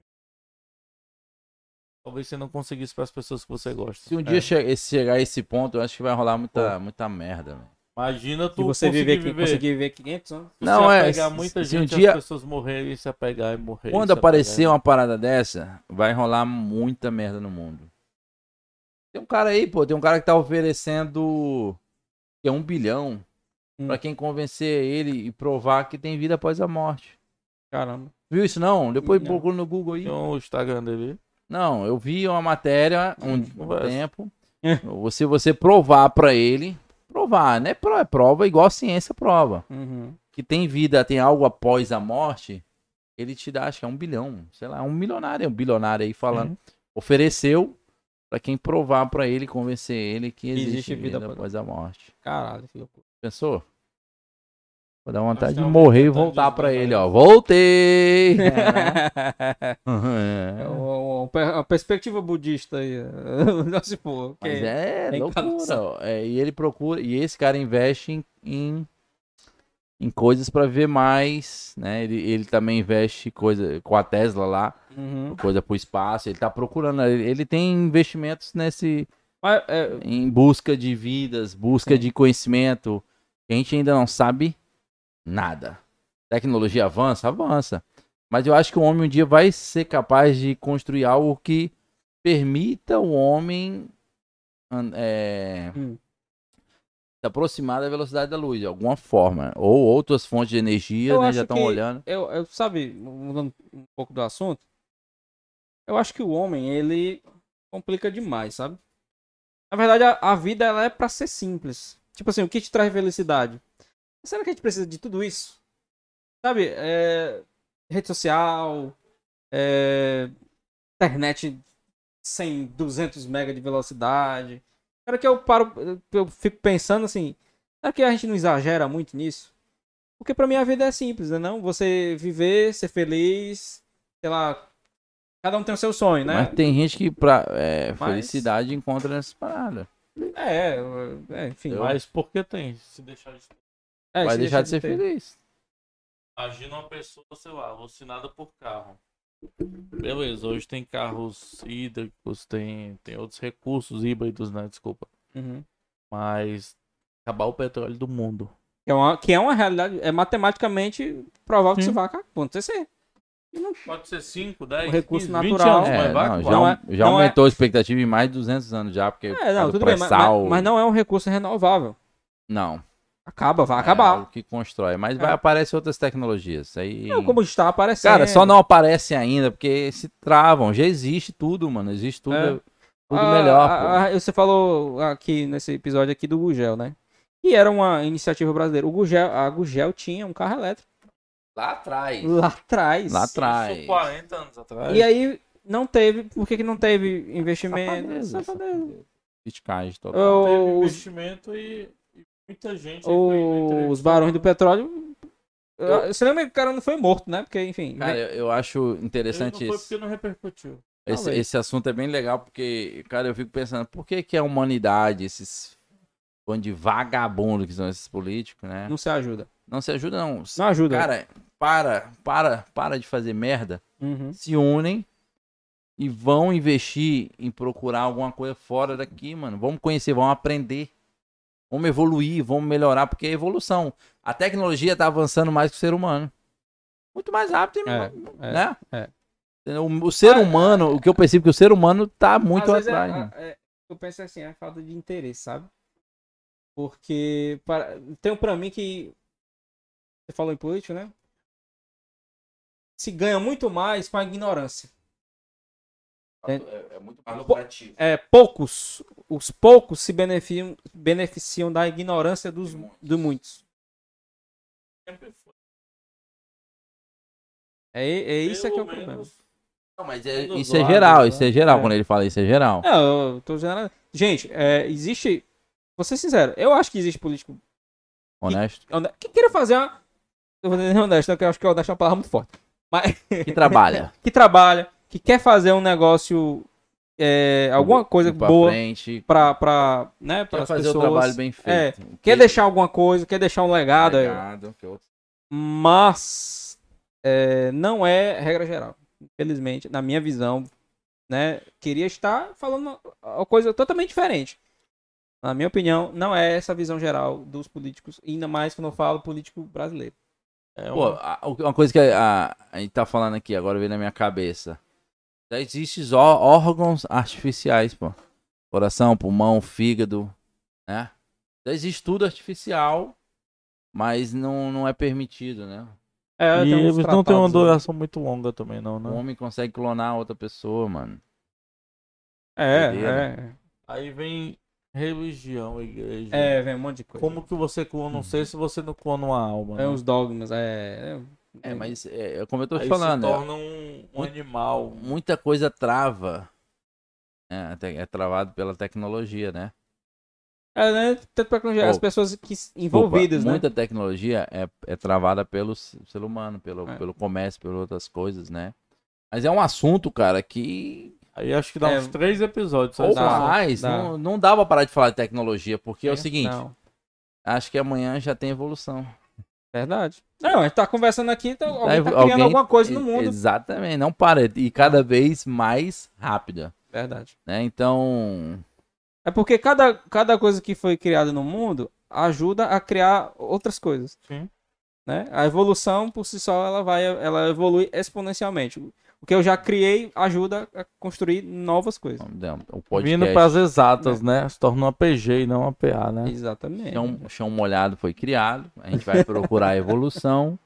C: talvez você não conseguisse para as pessoas que você gosta.
A: É.
C: É.
B: Se um dia che- se chegar a esse ponto, eu acho que vai rolar muita, muita merda. velho.
C: Imagina tu
A: Se você viver,
C: conseguir
A: aqui, conseguir viver 500 anos.
C: tu
B: Não,
C: se
B: é,
C: apegar a
B: se-
C: muita
B: se um
C: gente,
B: dia-
C: as pessoas morrerem e se apegar e morrer. e
B: Quando
C: se apegar.
B: aparecer uma parada dessa, vai rolar muita merda no mundo. Tem um cara aí, pô, tem um cara que tá oferecendo que é um bilhão
A: Hum.
B: pra quem convencer ele e provar que tem vida após a morte.
A: Caramba.
B: Viu isso não? Depois
A: Não.
B: procura no Google aí.
C: Tem o Instagram dele.
B: Não, eu vi uma matéria
A: Hum,
B: um, um
C: Conversa.
B: tempo.
A: É.
B: Você você provar pra ele, provar, né? Pro- É prova igual a ciência prova.
A: Uhum.
B: que tem vida, tem algo após a morte, ele te dá, acho que é um bilhão, sei lá, um milionário, um bilionário aí falando. Ofereceu pra quem provar pra ele, convencer ele que existe, vida, após a morte.
A: Caralho, que loucura.
B: Pensou? Vou dar vontade
C: Acho que
B: de
C: é um
B: morrer e
C: importante
B: voltar pra
C: desvendar
B: ele, ó.
C: isso.
B: Voltei!
A: né? É
B: É.
A: uma, uma per- uma perspectiva budista aí. é, Não se for.
B: Mas
A: que-
B: é
A: Tem
B: loucura.
A: causa.
B: ó. É, e ele procura, e esse cara investe em, em, em coisas pra ver mais, né? Ele, ele também investe coisa com a Tesla lá.
A: Uhum.
B: coisa pro espaço, ele tá procurando, ele, ele tem investimentos nesse
A: Mas, é,
B: em busca de vidas, busca
A: Sim.
B: de conhecimento. A gente ainda não sabe nada. Tecnologia avança, avança. Mas eu acho que o homem um dia vai ser capaz de construir algo que permita o homem an- é,
A: Hum.
B: se aproximar da velocidade da luz, de alguma forma. Ou outras fontes de energia
A: Eu
B: né,
A: acho
B: já estão
A: que-
B: olhando.
A: eu, eu, sabe, mudando um pouco do assunto, eu acho que o homem, ele complica demais, sabe? Na verdade, a, a vida ela é pra ser simples. Tipo assim, o que te traz felicidade? Será que a gente precisa de tudo isso? Sabe, é, rede social, é, internet 100, 200 mega de velocidade. Cara, que eu paro, eu fico pensando assim, será que a gente não exagera muito nisso? Porque pra mim a vida é simples, né? Não? Você viver, ser feliz, sei lá, cada um tem o seu sonho, né?
B: Mas tem gente que pra, é,
A: Mas-
B: felicidade encontra nessas paradas.
A: É, eu- é, enfim.
C: Mas por que tem? Se deixar de
A: É,
B: vai
A: se
B: deixar de ser
A: ter.
B: feliz.
C: Imagina uma pessoa, sei lá, alucinada por carro. Beleza, hoje tem carros hídricos, tem, tem outros recursos híbridos, né? Desculpa.
A: Uhum.
C: Mas acabar o petróleo do mundo.
A: Que, é uma, que é uma realidade, é matematicamente provável que
C: Sim.
A: isso vai acontecer. E não-
C: Pode ser 5, 10,
A: O recurso
C: 15, 20
A: natural.
C: anos,
A: Não,
B: Um É,
C: mas vai
B: não,
C: acabar.
B: já
A: não
B: um-
A: é-
B: já
A: não é-
B: aumentou a expectativa em mais de 200 anos já, porque
A: É, não,
B: do
A: tudo bem, mas,
B: pré-sal-
A: mas- mas não é um recurso renovável.
B: Não.
A: Acaba, vai
B: É, o
A: acabar.
B: que constrói. Mas
A: É.
B: vai aparecer outras tecnologias. Aí...
A: Não, como está aparecendo.
B: Cara, só não aparecem ainda, porque se travam. Já existe tudo, mano. Existe tudo.
A: É.
B: Tudo
A: Ah,
B: melhor, pô.
A: ah, ah, você falou aqui nesse episódio aqui do Gugel, né? E era uma iniciativa brasileira. O Gugel, a Gugel tinha um carro elétrico
B: Lá atrás.
A: lá atrás.
B: Lá atrás.
C: Isso 40 anos atrás.
A: E aí não teve, por que, que não teve investimento?
B: Safadeza,
A: Safadeza.
B: Criticagem total.
A: Eu-
C: Teve
A: os-
C: investimento e, e muita gente. aí foi- foi
A: Os barões do petróleo.
B: Eu-
A: Você lembra que o cara não foi morto, né? Porque, enfim.
B: Cara,
A: né?
B: eu, eu acho interessante
C: Ele não foi
B: isso.
C: porque não repercutiu.
B: Esse,
A: Talvez.
B: esse assunto é bem legal, porque, cara, eu fico pensando, por que, que a humanidade, esses bando de vagabundo que são esses políticos, né?
A: Não se ajuda.
B: Não se ajuda, não.
A: Não ajuda.
B: Cara, para, para, para de fazer merda.
A: Uhum.
B: Se unem e vão investir em procurar alguma coisa fora daqui, mano. Vamos conhecer, vamos aprender. Vamos evoluir, vamos melhorar, porque é evolução. A tecnologia tá avançando mais que o ser humano. Muito mais rápido,
A: É, é,
B: né?
A: é.
B: O, o ser
A: Ah,
B: humano, o que eu percebo é que o ser humano tá muito
A: Às vezes é-
B: atrás. né?
A: a-
B: mano.
A: é- eu penso assim, é falta de interesse, sabe? Porque para, tem um pra mim que. Você falou em político, né? Se ganha muito mais com a ignorância. É-
B: muito
A: mais
B: lucrativo.
A: É, poucos, os poucos se beneficiam, beneficiam da ignorância dos,
B: De muitos.
A: de muitos.
C: Sempre foi.
A: É, é isso é que é o
C: Pelo
A: problema.
C: menos
B: mas
A: Tá
B: é-
C: Dos
B: isso é
C: lados,
B: geral,
C: né?
B: isso é geral.
A: É.
B: Quando ele fala isso é geral.
A: Não, eu tô generalizando. Gente, é, existe. Vou ser sincero, eu acho que existe político
B: Honesto.
A: hone- que queira fazer uma. Eu vou dizer honesto, não, que eu acho que honesto é uma palavra muito forte.
B: Que trabalha.
A: Que trabalha, que quer fazer um negócio. é, alguma coisa
B: Tipo, pra
A: boa
B: frente,
A: pra, pra, né,
B: pra
A: pras
B: fazer
A: pessoas. É.
B: o trabalho bem feito. O
A: Quer
B: que-
A: deixar alguma coisa, quer deixar um legado. é,
B: Legado, que outro-
A: Mas é, não é regra geral. Infelizmente, na minha visão, né? Queria estar falando uma coisa totalmente diferente. Na minha opinião, não é essa a visão geral dos políticos, ainda mais quando eu falo político brasileiro.
C: É
B: Pô,
C: uma-
B: a- uma coisa que a, a gente tá falando aqui, agora veio na minha cabeça. Já existem os ó- órgãos artificiais, pô. Coração, pulmão, fígado, né? Já existe tudo artificial, mas não, não é permitido, né?
A: É,
C: E
A: tem uns
C: eles não têm uma
A: tratados,
C: duração muito longa também, não,
B: O
C: né?
B: homem consegue clonar outra pessoa, mano.
A: É,
C: né?
B: Doideira.
C: Aí vem religião, igreja.
A: é, é, vem um monte de coisa.
C: Como que você clona não sei se você não clona uma alma?
A: É
C: né?
A: uns dogmas, é.
B: É, mas é, é como eu tô
C: Aí
B: falando,
A: né?
C: se
B: é-
C: torna um, um animal.
B: muita coisa trava. É, te- é travado pela tecnologia, né?
A: É, né? Tanto pra congelar as
B: Pô,
A: pessoas que s-
B: Desculpa,
A: envolvidas, né?
B: Muita tecnologia é, é travada pelo s- ser humano, pelo,
A: É.
B: pelo comércio, pelas outras coisas, né? Mas é um assunto, cara, que.
C: Aí acho que dá
A: É.
C: uns três episódios. só
B: Ou
C: esse
A: dá,
C: assunto.
B: mais,
A: dá.
B: Não, não dá pra parar de falar de tecnologia, porque é, o seguinte:
A: Não,
B: acho que amanhã já tem evolução.
A: verdade. Não, a gente tá conversando aqui, então alguém tá
B: Aí
A: criando alguma coisa no
B: e-
A: mundo.
B: Exatamente, não para. E cada vez mais rápida,
A: Verdade.
B: né? Então.
A: É porque cada, cada coisa que foi criada no mundo ajuda a criar outras coisas.
C: Sim.
A: Né? A evolução por si só ela vai ela evolui exponencialmente. O que eu já criei ajuda a construir novas coisas.
B: O podcast.
C: Vindo para as exatas, né? Se torna uma PG e não uma PA, né?
A: Exatamente.
B: Chão, chão molhado foi criado. A gente vai procurar a evolução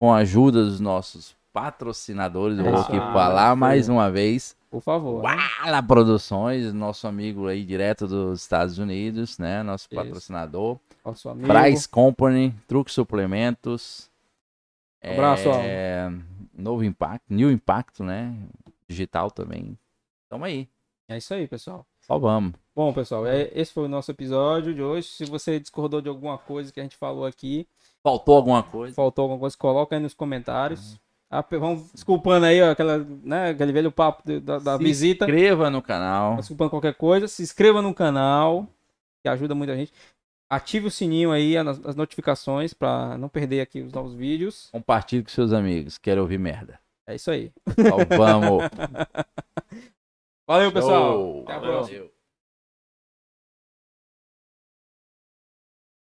B: com a ajuda dos nossos patrocinadores. Vou
A: Ah,
B: aqui falar
C: foi.
B: mais uma vez.
A: Por favor. né?
B: Wala Produções, nosso amigo aí direto dos Estados Unidos, né? Nosso
A: Isso.
B: patrocinador.
A: Nosso amigo.
B: Price Company, Truque Suplementos.
A: Abraço,
B: é, Novo Impacto, New Impacto, né? Digital também. Tamo aí.
A: É isso aí, pessoal.
B: Só vamos.
A: Bom, pessoal, é- esse foi o nosso episódio de hoje. Se você discordou de alguma coisa que a gente falou aqui,
B: Faltou alguma coisa?
A: faltou alguma coisa, coloca aí nos comentários. Ah, pe- vamos desculpando aí ó, aquela, né, aquele velho papo de- da, da
B: Se
A: visita.
B: Inscreva no canal.
A: Desculpando Então, qualquer coisa. Se inscreva no canal, que ajuda muita gente. Ative o sininho aí, a- as notificações, pra não perder aqui os novos vídeos.
B: Compartilhe com seus amigos. Quero ouvir merda.
A: É isso aí.
B: Só vamos.
A: Valeu, pessoal.
B: Show.
A: Até a
C: Valeu.
A: próxima.
B: Valeu.